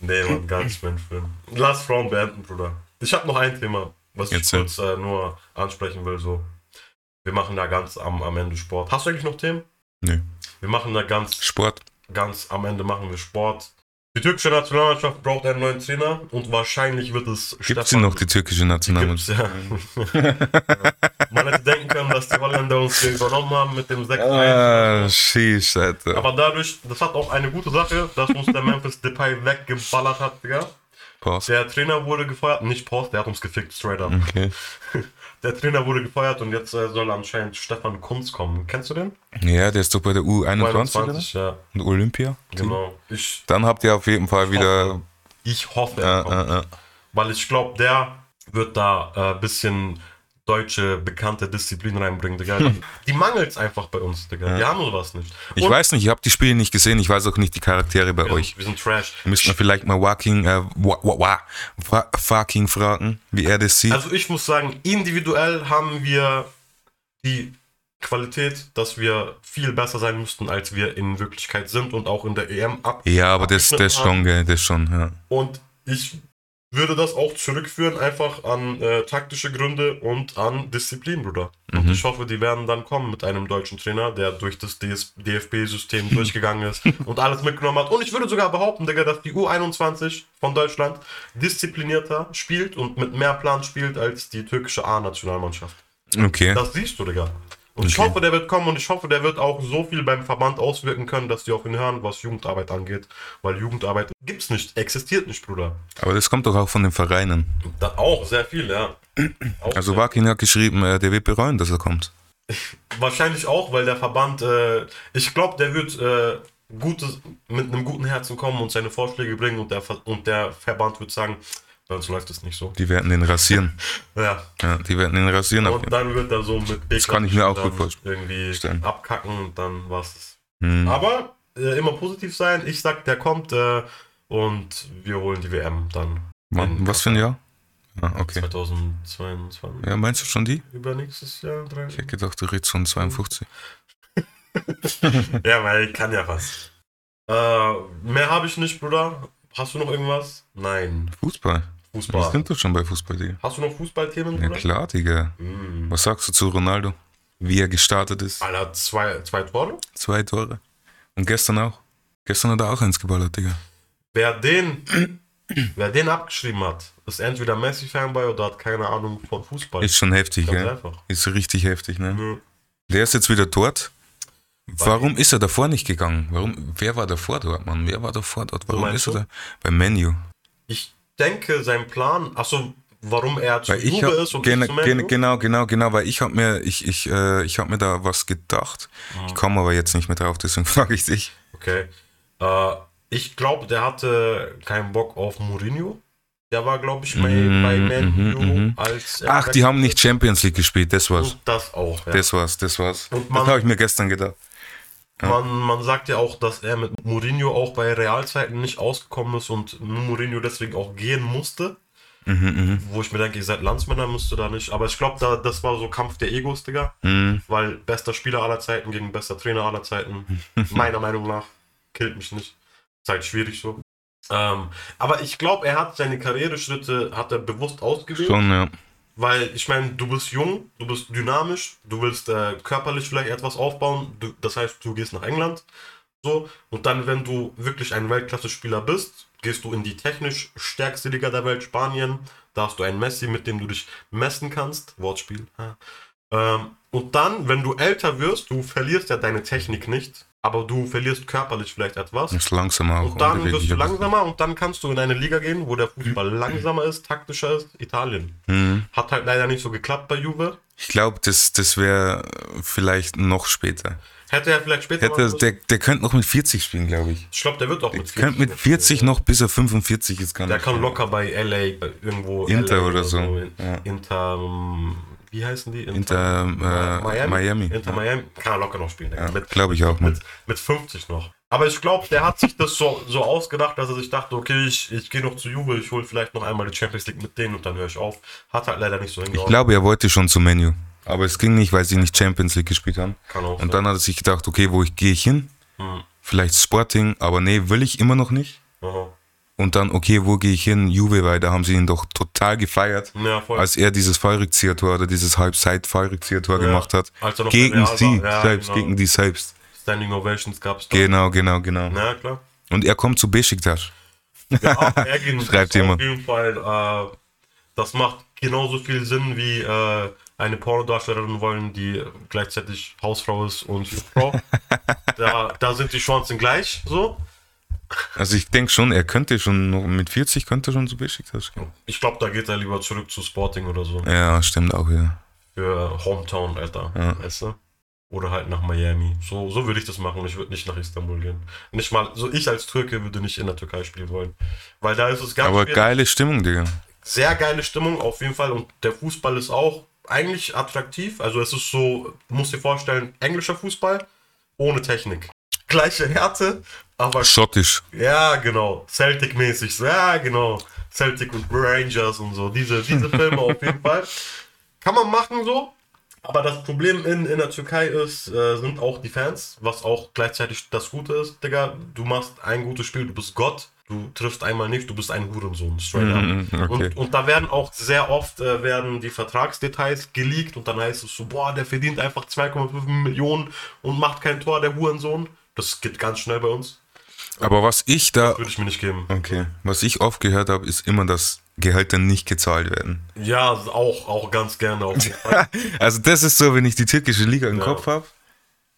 S3: Nee, Mann, gar nicht mein Film. Lass Frauen beenden, Bruder. Ich habe noch ein Thema, was ich
S2: Erzähl.
S3: kurz äh, nur ansprechen will. So, Wir machen da ganz am, am Ende Sport. Hast du eigentlich noch Themen?
S2: Nö.
S3: Wir machen da ganz,
S2: Sport.
S3: ganz am Ende machen wir Sport. Die türkische Nationalmannschaft braucht einen neuen Trainer und wahrscheinlich wird es
S2: Gibt's denn noch die türkische
S3: Gibt's,
S2: Nationalmannschaft?
S3: ja. Man hätte denken können, dass die Holländer uns hier übernommen haben mit dem 6
S2: Ah, sheesh, Alter.
S3: Aber dadurch, das hat auch eine gute Sache, dass uns der Memphis Depay weggeballert hat, Digga.
S2: Pause.
S3: Der Trainer wurde gefeuert, nicht Pause, der hat uns gefickt, straight up.
S2: Okay.
S3: Der Trainer wurde gefeuert und jetzt äh, soll anscheinend Stefan Kunz kommen. Kennst du den?
S2: Ja, der ist doch bei der U21 oder?
S3: 21, ja,
S2: und Olympia.
S3: genau. Ich,
S2: Dann habt ihr auf jeden Fall wieder.
S3: ich hoffe,
S2: Äh,
S3: er kommt.
S2: äh, äh.
S3: Weil ich glaube, der wird da ein äh, bisschen deutsche bekannte Disziplin reinbringen, Digga. Die mangelt es einfach bei uns, Digga. Die haben sowas nicht.
S2: Hm. Ich
S3: Und-
S2: weiß nicht, ich habe die Spiele nicht gesehen, ich weiß auch nicht die Charaktere bei
S3: wir
S2: euch.
S3: sind, wir sind Trash.
S2: Müssen wir vielleicht mal Walking, äh, wa, wa, wa, Fra- fucking fragen, wie er das sieht.
S3: Also ich muss sagen, individuell haben wir die Qualität, dass wir viel besser sein müssten, als wir in Wirklichkeit sind und auch in der EM ab.
S2: ja, aber das, das schon, gell, das schon, ja.
S3: Und ich würde das auch zurückführen einfach an äh, taktische Gründe und an Disziplin, Bruder. Und ich hoffe, die werden dann kommen mit einem deutschen Trainer, der durch das DS DFB-System durchgegangen ist und alles mitgenommen hat. Und ich würde sogar behaupten, Digga, dass die U21 von Deutschland disziplinierter spielt und mit mehr Plan spielt als die türkische A-Nationalmannschaft.
S2: Okay.
S3: Das siehst du, Digga. Und ich hoffe, der wird kommen und ich hoffe, der wird auch so viel beim Verband auswirken können, dass die auf ihn hören, was Jugendarbeit angeht. Weil Jugendarbeit gibt's nicht, existiert nicht, Bruder.
S2: Aber das kommt doch auch von den Vereinen.
S3: Da auch sehr viel, ja. Auch
S2: Also
S3: sehr.
S2: Wakin hat geschrieben, äh, der wird bereuen, dass er kommt.
S3: Wahrscheinlich auch, weil der Verband, äh, ich glaube, der wird äh, gutes, mit einem guten Herzen kommen und seine Vorschläge bringen und der, Ver- und der Verband wird sagen, bei uns läuft es nicht so.
S2: Die werden den rasieren.
S3: Ja.
S2: ja, die werden den rasieren. auf
S3: Und
S2: jeden Fall.
S3: dann wird er so mit Big
S2: Das kann ich mir auch
S3: dann
S2: gut vorstellen.
S3: irgendwie
S2: Stellen.
S3: abkacken und dann war's das.
S2: Hm.
S3: Aber äh, immer positiv sein. Ich sag, der kommt äh, und wir holen die WM dann
S2: Wann, was für ein Jahr? Ah, okay.
S3: 2022.
S2: Ja, meinst du schon die?
S3: Übernächstes Jahr. Drei.
S2: Ich hätte gedacht, du redest von 52.
S3: Ja, weil ich kann ja was. Äh, mehr habe ich nicht, Bruder. Hast du noch irgendwas? Nein.
S2: Fußball. Wir
S3: Fußball.
S2: sind doch schon bei Fußball, Digga.
S3: Hast du noch Fußballthemen,
S2: Ja
S3: Bruder?
S2: klar, Digga.
S3: Mm.
S2: Was sagst du zu Ronaldo? Wie er gestartet ist?
S3: Alter, zwei, zwei Tore?
S2: Zwei Tore. Und gestern auch. Gestern hat er auch eins geballert, Digga.
S3: Wer den, wer den abgeschrieben hat, ist entweder Messi-Fanboy oder hat keine Ahnung von Fußball.
S2: Ist schon heftig,
S3: Ganz
S2: gell?
S3: einfach. Mhm.
S2: Ist richtig heftig, ne?
S3: Nö.
S2: Der ist jetzt wieder dort. Warum ist er davor nicht gegangen? Warum, wer war davor dort, Mann? Wer war davor dort? Warum
S3: meinst
S2: ist er
S3: du?
S2: da? Bei Menu.
S3: Ich denke, sein Plan, achso, warum er zu
S2: Weil ich
S3: Juve
S2: hab,
S3: ist und
S2: gena-
S3: nicht zu
S2: gena-
S3: Man U?
S2: genau, genau, genau, weil ich hab mir, ich, ich, äh, ich hab mir da was gedacht.
S3: Ah.
S2: Ich komme aber jetzt nicht mehr drauf, deswegen frage ich dich.
S3: Okay. Äh, ich glaube, der hatte keinen Bock auf Mourinho. Der war, glaube ich, bei, bei Man U als.
S2: Mhm,
S3: er
S2: Ach, die
S3: wechselte.
S2: haben nicht Champions League gespielt, das war's.
S3: Und Das auch, ja.
S2: Das war's, das war's.
S3: Und man-
S2: das habe ich mir gestern gedacht.
S3: Man, man sagt ja auch, dass er mit Mourinho auch bei Realzeiten nicht ausgekommen ist und Mourinho deswegen auch gehen musste.
S2: Mhm,
S3: Wo ich mir denke, ihr seid Landsmänner, müsst ihr da nicht. Aber ich glaube, da, das war so Kampf der Egos, Digga.
S2: Mhm,
S3: Weil bester Spieler aller Zeiten gegen bester Trainer aller Zeiten, meiner Meinung nach, killt mich nicht. Ist halt schwierig so. Ähm, aber ich glaube, er hat seine Karriereschritte hat er bewusst ausgewählt.
S2: Schon, ja.
S3: Weil ich meine, du bist jung, du bist dynamisch, du willst äh, körperlich vielleicht etwas aufbauen. Du, das heißt, du gehst nach England. So, und dann, wenn du wirklich ein Weltklasse-Spieler bist, gehst du in die technisch stärkste Liga der Welt, Spanien. Da hast du einen Messi, mit dem du dich messen kannst. Wortspiel. Ja. Ähm, und dann, wenn du älter wirst, du verlierst ja deine Technik nicht, aber du verlierst körperlich vielleicht etwas.
S2: Ist langsamer auch.
S3: Und dann
S2: unterwegs.
S3: wirst du langsamer und dann kannst du in eine Liga gehen, wo der Fußball
S2: Hm.
S3: langsamer ist, taktischer ist. Italien.
S2: Mhm.
S3: Hat halt leider nicht so geklappt bei Juve.
S2: Ich glaube, das, das wäre vielleicht noch später.
S3: Hätte er vielleicht später. machen
S2: Hätte,
S3: müssen.
S2: der, der könnte noch mit 40 spielen, glaube ich.
S3: ich glaube, der wird auch
S2: Der
S3: mit
S2: könnte mit 40 noch bis er 45 ist, kann
S3: Der
S2: er
S3: kann
S2: spielen.
S3: locker bei LA bei irgendwo.
S2: Inter
S3: LA
S2: oder so,
S3: in-
S2: ja.
S3: Inter. ähm, Wie heißen die?
S2: Inter, äh, Miami.
S3: Inter
S2: Ja.
S3: Miami. Kann er locker noch spielen.
S2: Ja,
S3: Ja,
S2: glaube ich auch, Mann.
S3: Mit, mit 50 noch. Aber ich glaube, der hat sich das so, so ausgedacht, dass er sich dachte, okay, ich, ich gehe noch zu Juve, ich hole vielleicht noch einmal die Champions League mit denen und dann höre ich auf. Hat halt leider nicht so
S2: Ich
S3: hingehauen.
S2: glaube, er wollte schon zu Menu. Aber es ging nicht, weil sie nicht Champions League gespielt haben.
S3: Kann auch
S2: Und
S3: sein.
S2: dann hat er sich gedacht, okay, wo ich gehe ich hin?
S3: Mhm.
S2: Vielleicht Sporting, aber nee, will ich immer noch nicht.
S3: Aha.
S2: Und dann, okay, wo gehe ich hin? Juve, weil da haben sie ihn doch total gefeiert.
S3: Ja, voll.
S2: Als er dieses Fallrückzieher-Tor oder dieses Halbzeit-Fallrückzieher-Tor
S3: Ja,
S2: gemacht hat.
S3: als er noch bei
S2: Gegen
S3: Real
S2: sie
S3: war. Ja,
S2: selbst,
S3: genau.
S2: gegen die selbst.
S3: Standing Ovations gab es da.
S2: Genau, genau, genau.
S3: Na klar.
S2: Und er kommt zu Besiktas.
S3: Ja, er geht
S2: Schreibt
S3: das
S2: jemand.
S3: Auf jeden Fall, äh, das macht genauso viel Sinn wie äh, eine Pornodarstellerin wollen, die gleichzeitig Hausfrau ist und Frau. da, da sind die Chancen gleich so.
S2: Also ich denke schon, er könnte schon noch mit 40 könnte er schon zu Besiktas gehen.
S3: Ich glaube, da geht er lieber zurück zu Sporting oder so.
S2: Ja, stimmt auch, ja.
S3: Für Hometown, Alter.
S2: Ja.
S3: Weißt du? Oder halt nach Miami. So, so würde ich das machen. Ich würde nicht nach Istanbul gehen. Nicht mal, so ich als Türke würde nicht in der Türkei spielen wollen. Weil da ist es ganz
S2: Aber
S3: schwer.
S2: geile Stimmung, Digga.
S3: sehr geile Stimmung auf jeden Fall und der Fußball ist auch eigentlich attraktiv. Also es ist so, du musst dir vorstellen, englischer Fußball ohne Technik. Gleiche Härte, aber
S2: Schottisch.
S3: ja, genau, Celtic-mäßig, so, ja, genau, Celtic und Rangers und so, diese, diese Filme auf jeden Fall. Kann man machen so, aber das Problem in, in der Türkei ist, äh, sind auch die Fans, was auch gleichzeitig das Gute ist, Digga, du machst ein gutes Spiel, du bist Gott, du triffst einmal nicht, du bist ein Hurensohn, straight up.
S2: Mhm, okay.
S3: Und, und da werden auch sehr oft äh, werden die Vertragsdetails geleakt und dann heißt es so, boah, der verdient einfach 2,5 Millionen und macht kein Tor, der Hurensohn. Das geht ganz schnell bei uns.
S2: Aber was ich da,
S3: Würde ich mir nicht geben.
S2: okay, was ich oft gehört habe, ist immer, dass Gehälter nicht gezahlt werden.
S3: Ja, auch, auch ganz gerne. Auf jeden Fall.
S2: Also das ist so, wenn ich die türkische Liga im Kopf habe,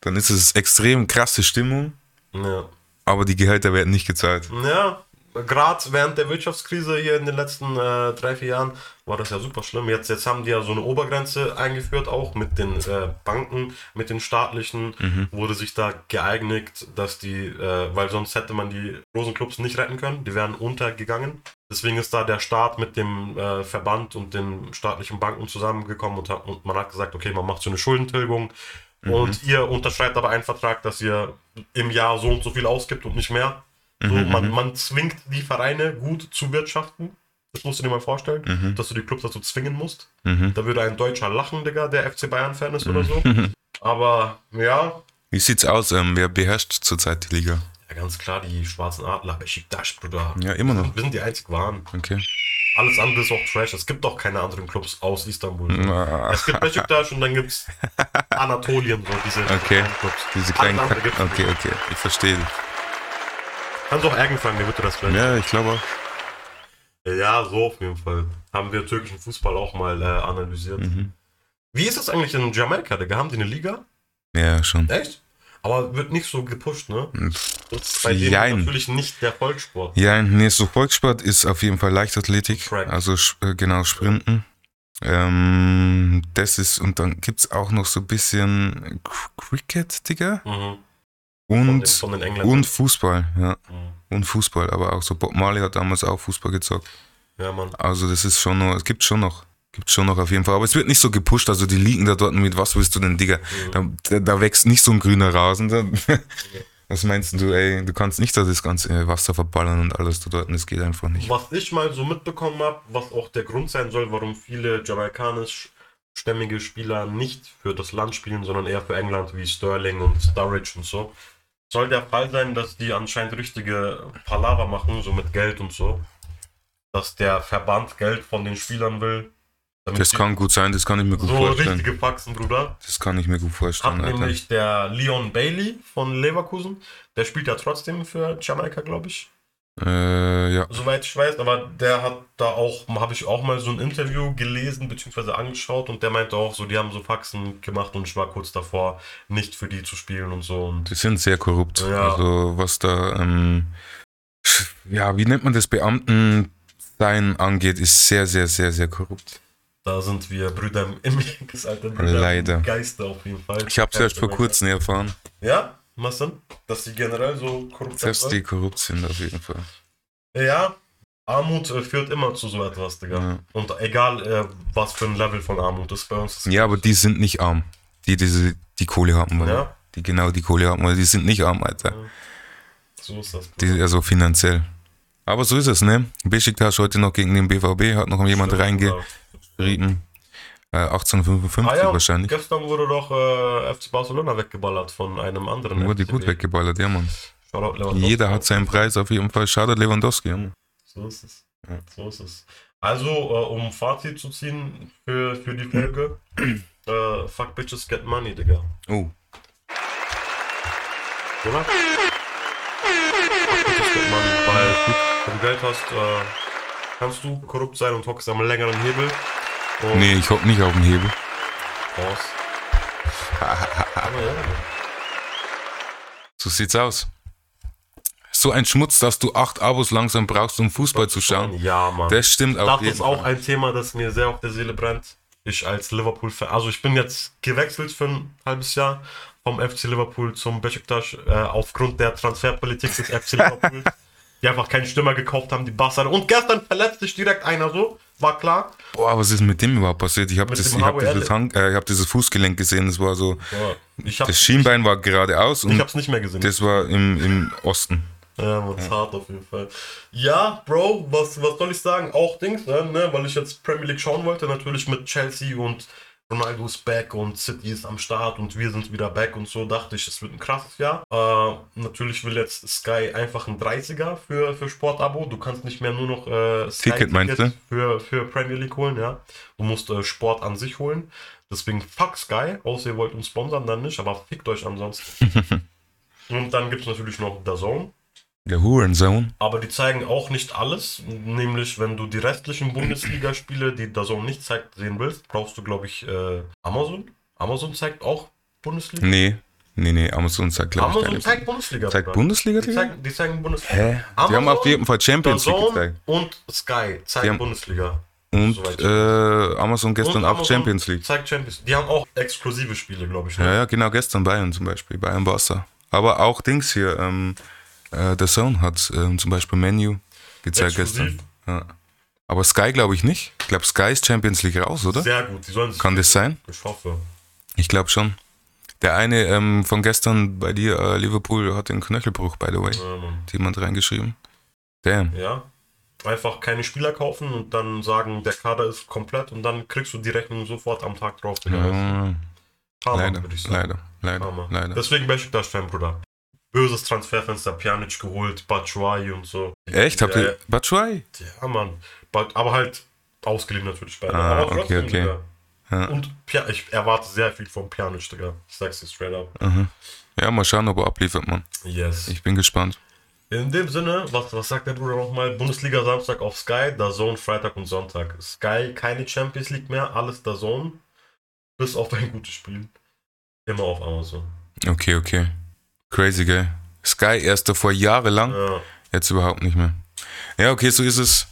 S2: dann ist es extrem krasse Stimmung,
S3: ja.
S2: aber die Gehälter werden nicht gezahlt.
S3: ja, gerade während der Wirtschaftskrise hier in den letzten äh, drei, vier Jahren war das ja super schlimm. Jetzt, jetzt haben die ja so eine Obergrenze eingeführt, auch mit den äh, Banken, mit den staatlichen, wurde sich da geeinigt, dass die, äh, weil sonst hätte man die großen Clubs nicht retten können, die wären untergegangen. Deswegen ist da der Staat mit dem äh, Verband und den staatlichen Banken zusammengekommen und, hat, und man hat gesagt, okay, man macht so eine Schuldentilgung und ihr unterschreibt aber einen Vertrag, dass ihr im Jahr so und so viel ausgibt und nicht mehr. So,
S2: Mhm,
S3: man, man zwingt die Vereine gut zu wirtschaften. Das musst du dir mal vorstellen, dass du die Clubs dazu zwingen musst.
S2: Mhm.
S3: Da würde ein Deutscher lachen, Digga, der FC Bayern-Fan ist oder so. Aber ja,
S2: Wie sieht's aus? Ähm, wer beherrscht zurzeit die Liga?
S3: ja, ganz klar, die schwarzen Adler, Besiktas, Bruder.
S2: Ja, immer noch.
S3: Wir sind die einzig wahren.
S2: Okay.
S3: Alles andere ist auch Trash. Es gibt doch keine anderen Clubs aus Istanbul.
S2: Ah,
S3: Es gibt Besiktas und dann gibt es Anatolien, so diese
S2: Okay.
S3: Clubs.
S2: Diese kleinen
S3: Alles andere
S2: Kack.
S3: gibt's
S2: Okay,
S3: nicht.
S2: okay. Ich verstehe.
S3: Kannst auch Ärger fragen, mir würde das gleich.
S2: Ja, ich glaube auch.
S3: Ja, so auf jeden Fall. Haben wir türkischen Fußball auch mal äh, analysiert.
S2: Mhm.
S3: Wie ist das eigentlich in Jamaika, Digga? Haben die eine Liga?
S2: Ja, schon.
S3: Echt? Aber wird nicht so gepusht, ne? Das ist bei
S2: Jein.
S3: denen natürlich nicht der Volkssport.
S2: Ja, nee, so Volkssport ist auf jeden Fall Leichtathletik,
S3: Track.
S2: also sch- äh, genau Sprinten. Ähm, das ist, und dann gibt's auch noch so ein bisschen Cr- Cricket, Digga.
S3: Mhm. Von, den,
S2: Und,
S3: von den Engländern.
S2: und Fußball, ja.
S3: Mhm.
S2: Und Fußball, aber auch so Bob Marley hat damals auch Fußball gezockt.
S3: Ja, Mann.
S2: Also das ist schon noch, es gibt schon noch, gibt schon noch auf jeden Fall. Aber es wird nicht so gepusht, also die liegen da dort mit, was willst du denn, Digga?
S3: Mhm.
S2: Da, da, da wächst nicht so ein grüner Rasen. Da, was meinst du, ey, du kannst nicht da das ganze äh, Wasser verballern und alles da dort, das geht einfach nicht.
S3: Was ich mal so mitbekommen habe, was auch der Grund sein soll, warum viele jamaikanisch-stämmige Spieler nicht für das Land spielen, sondern eher für England, wie Sterling und Sturridge und so, soll der Fall sein, dass die anscheinend richtige Palaver machen, so mit Geld und so. Dass der Verband Geld von den Spielern will. damit
S2: Das
S3: die-
S2: kann gut sein, das kann ich mir gut
S3: so
S2: vorstellen.
S3: richtige Faxen, Bruder.
S2: Das kann ich mir gut
S3: Hat
S2: vorstellen, Alter.
S3: nämlich der Leon Bailey von Leverkusen. Der spielt ja trotzdem für Jamaika, glaube ich.
S2: Äh, ja.
S3: soweit ich weiß, aber der hat da auch, habe ich auch mal so ein Interview gelesen bzw. angeschaut und der meinte auch so, die haben so Faxen gemacht und ich war kurz davor, nicht für die zu spielen und so. Und
S2: Die sind sehr korrupt.
S3: Ja.
S2: Also was da, ähm, ja, wie nennt man das Beamten sein angeht, ist sehr, sehr, sehr, sehr korrupt.
S3: da sind wir Brüder im- im Eckes, Alter. Brüder im
S2: Leider.
S3: Geiste auf jeden Fall.
S2: Ich habe es erst vor kurzem erfahren,
S3: Ja, was denn? Dass die generell so korrupt
S2: dass
S3: sind?
S2: die korrupt sind auf jeden Fall.
S3: Ja, Armut äh, führt immer zu so etwas, Digga.
S2: Ja.
S3: Und egal, äh, was für ein Level von Armut ist bei uns.
S2: Ja, aber die sind nicht arm. Die diese die Kohle haben wollen.
S3: Ja.
S2: Die genau die Kohle haben wollen. Die sind nicht arm, Alter.
S3: So ist das. Bruder.
S2: Die, also finanziell. Aber so ist es, ne? Besiktas heute noch gegen den BVB, hat noch jemand
S3: Bruder.
S2: reingeschrieben. Äh, 1855
S3: genau. Ah ja,
S2: wahrscheinlich.
S3: gestern wurde doch äh, FC Barcelona weggeballert von einem anderen.
S2: Wurde
S3: FCB.
S2: gut weggeballert, ja, Mann.
S3: Shoutout Lewandowski.
S2: Jeder hat seinen Preis auf jeden Fall. Schadet Lewandowski, ja, Mann.
S3: So ist es.
S2: Ja.
S3: So ist es. Also, äh, um Fazit zu ziehen für, für die Folge: äh, Fuck Bitches get money, Digga.
S2: Oh.
S3: Oder? Fuck Bitches get money, weil wenn du Geld hast, äh, kannst du korrupt sein und hockst am längeren Hebel. Und
S2: Nee, ich hock nicht auf den Hebel.
S3: Raus. Aber ja,
S2: So sieht's aus. so ein Schmutz, dass du acht Abos langsam brauchst, um Fußball zu schauen.
S3: Ja, Mann.
S2: Das stimmt
S3: Das
S2: auch.
S3: ist auch ein Thema, das mir sehr auf der Seele brennt. Ich als Liverpool-Fan, also ich bin jetzt gewechselt für ein halbes Jahr vom FC Liverpool zum Beşiktaş äh, aufgrund der Transferpolitik des FC Liverpool, die einfach keinen Stürmer gekauft haben, die Bastarde. Und gestern verletzt sich direkt einer so, war klar.
S2: Boah, was ist mit dem überhaupt passiert? Ich habe
S3: Mit
S2: das,
S3: dem
S2: ich hab
S3: AWL.
S2: dieses, Hand, äh, ich hab dieses Fußgelenk gesehen, das war so.
S3: Ich habe
S2: Das
S3: ich
S2: Schienbein war geradeaus und
S3: hab's nicht mehr gesehen.
S2: das war im, im Osten.
S3: Ja, man, ist hart auf jeden Fall. Ja, Bro, was, was soll ich sagen? Auch Dings, ne, ne? Weil ich jetzt Premier League schauen wollte, natürlich mit Chelsea und Ronaldo ist back und City ist am Start und wir sind wieder back und so, dachte ich, es wird ein krasses Jahr. Äh, natürlich will jetzt Sky einfach ein 30er für, für Sportabo. Du kannst nicht mehr nur noch äh, Sky
S2: Ticket, meinst du?
S3: Für, für Premier League holen, ja. Du musst äh, Sport an sich holen. Deswegen fuck Sky, außer ihr wollt uns sponsern, dann nicht, aber fickt euch ansonsten. und dann gibt es natürlich noch DAZN.
S2: Der Hurensohn.
S3: Aber die zeigen auch nicht alles. Nämlich, wenn du die restlichen Bundesligaspiele, die da so nicht zeigt, sehen willst, brauchst du, glaube ich, äh, Amazon. Amazon zeigt auch Bundesliga.
S2: Nee, nee, nee, Amazon sagt, glaube Hm, ich,
S3: Amazon
S2: keine-
S3: zeigt Bundesliga.
S2: Zeigt
S3: sogar.
S2: Bundesliga?
S3: Die
S2: Digga?
S3: zeigen, die zeigen Bundesliga.
S2: Hä? Die haben auf jeden Fall Champions League
S3: DAZN
S2: gezeigt.
S3: und Sky zeigen
S2: haben-
S3: Bundesliga.
S2: Und
S3: Soweit ich
S2: äh, Amazon
S3: Und
S2: gestern auch
S3: Amazon
S2: Champions League.
S3: Zeigt Champions League. Die haben auch exklusive Spiele, glaube ich. ne?
S2: Ja, ja, genau, gestern Bayern zum Beispiel, Bayern Barca. Aber auch Dings hier, ähm, äh, der Zone hat ähm, zum Beispiel Menu gezeigt
S3: Exklusiv.
S2: gestern. Ja. Aber Sky glaube ich nicht. Ich glaube, Sky ist Champions League raus, oder?
S3: Sehr gut. Die sollen sich
S2: Kann das sein?
S3: Ich hoffe.
S2: Ich glaube schon. Der eine ähm, von gestern bei dir, äh, Liverpool, hat den Knöchelbruch, by the way.
S3: Ja, Mann.
S2: Hat jemand reingeschrieben. Damn.
S3: Ja. Einfach keine Spieler kaufen und dann sagen, der Kader ist komplett und dann kriegst du die Rechnung sofort am Tag drauf. Digga.
S2: Ja,
S3: Karma,
S2: leider,
S3: würde ich sagen.
S2: leider, leider,
S3: Karma.
S2: leider.
S3: Deswegen Besiktas-Fan, Bruder. Böses Transferfenster, Pjanic geholt, Batshuayi und so.
S2: Echt? Habt
S3: ja,
S2: ihr. Batshuayi?
S3: Ja, Mann. Bat- Aber halt ausgeliehen natürlich beide.
S2: Ah,
S3: Aber
S2: okay,
S3: trotzdem,
S2: okay.
S3: Digga.
S2: Ja.
S3: Und Pja ich erwarte sehr viel von Pjanic, Digga. Ich sag's dir straight up.
S2: Mhm. Ja, mal schauen, ob er abliefert, Mann.
S3: Yes.
S2: Ich bin gespannt.
S3: In dem Sinne, was, was sagt der Bruder nochmal? Bundesliga Samstag auf Sky, Zone Freitag und Sonntag. Sky keine Champions League mehr, alles Zone. Bis auf ein gutes Spiel. Immer auf Amazon.
S2: Okay, okay. Crazy, gell? Sky erst davor jahrelang,
S3: Ja,
S2: jetzt überhaupt nicht mehr. Ja, okay, so ist es.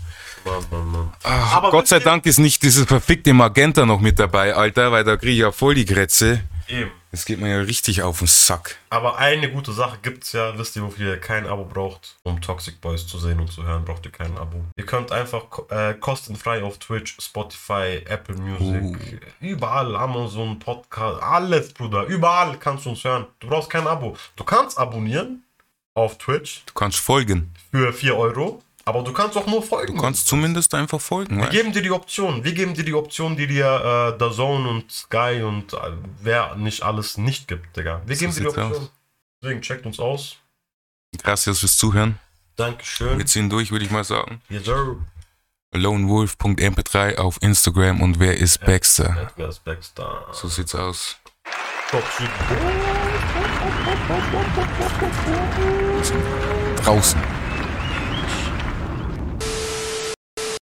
S3: Mann, Mann, Mann.
S2: Ach,
S3: Aber
S2: Gott sei
S3: wisst ihr-
S2: Dank ist nicht dieses verfickte Magenta noch mit dabei, Alter, weil da kriege ich ja voll die Grätze.
S3: Eben.
S2: Es geht mir ja richtig auf den Sack.
S3: Aber eine gute Sache gibt's ja. Wisst ihr, wofür ihr kein Abo braucht? Um Toxic Boys zu sehen und zu hören, braucht ihr kein Abo. Ihr könnt einfach ko- äh, kostenfrei auf Twitch, Spotify, Apple Music,
S2: Oh.
S3: überall, Amazon, Podcast, alles, Bruder. Überall kannst du uns hören. Du brauchst kein Abo. Du kannst abonnieren auf Twitch
S2: Du kannst folgen.
S3: für 4 Euro, aber du kannst auch nur folgen.
S2: Du kannst zumindest einfach folgen.
S3: wir
S2: Weil
S3: geben dir die Option. Wir geben dir die Option, die dir äh, DAZN und Sky und äh, wer nicht alles nicht gibt, Digga. Wir geben dir die
S2: sieht's
S3: Option.
S2: aus.
S3: Deswegen checkt uns aus.
S2: gracias fürs Zuhören.
S3: Dankeschön.
S2: Wir ziehen durch, würde ich mal sagen.
S3: Yes, sir.
S2: lonewolf.mp3 auf Instagram und wer ist Baxter?
S3: Wer ist Baxter?
S2: So sieht's aus.
S3: Top Süd.
S2: Draußen.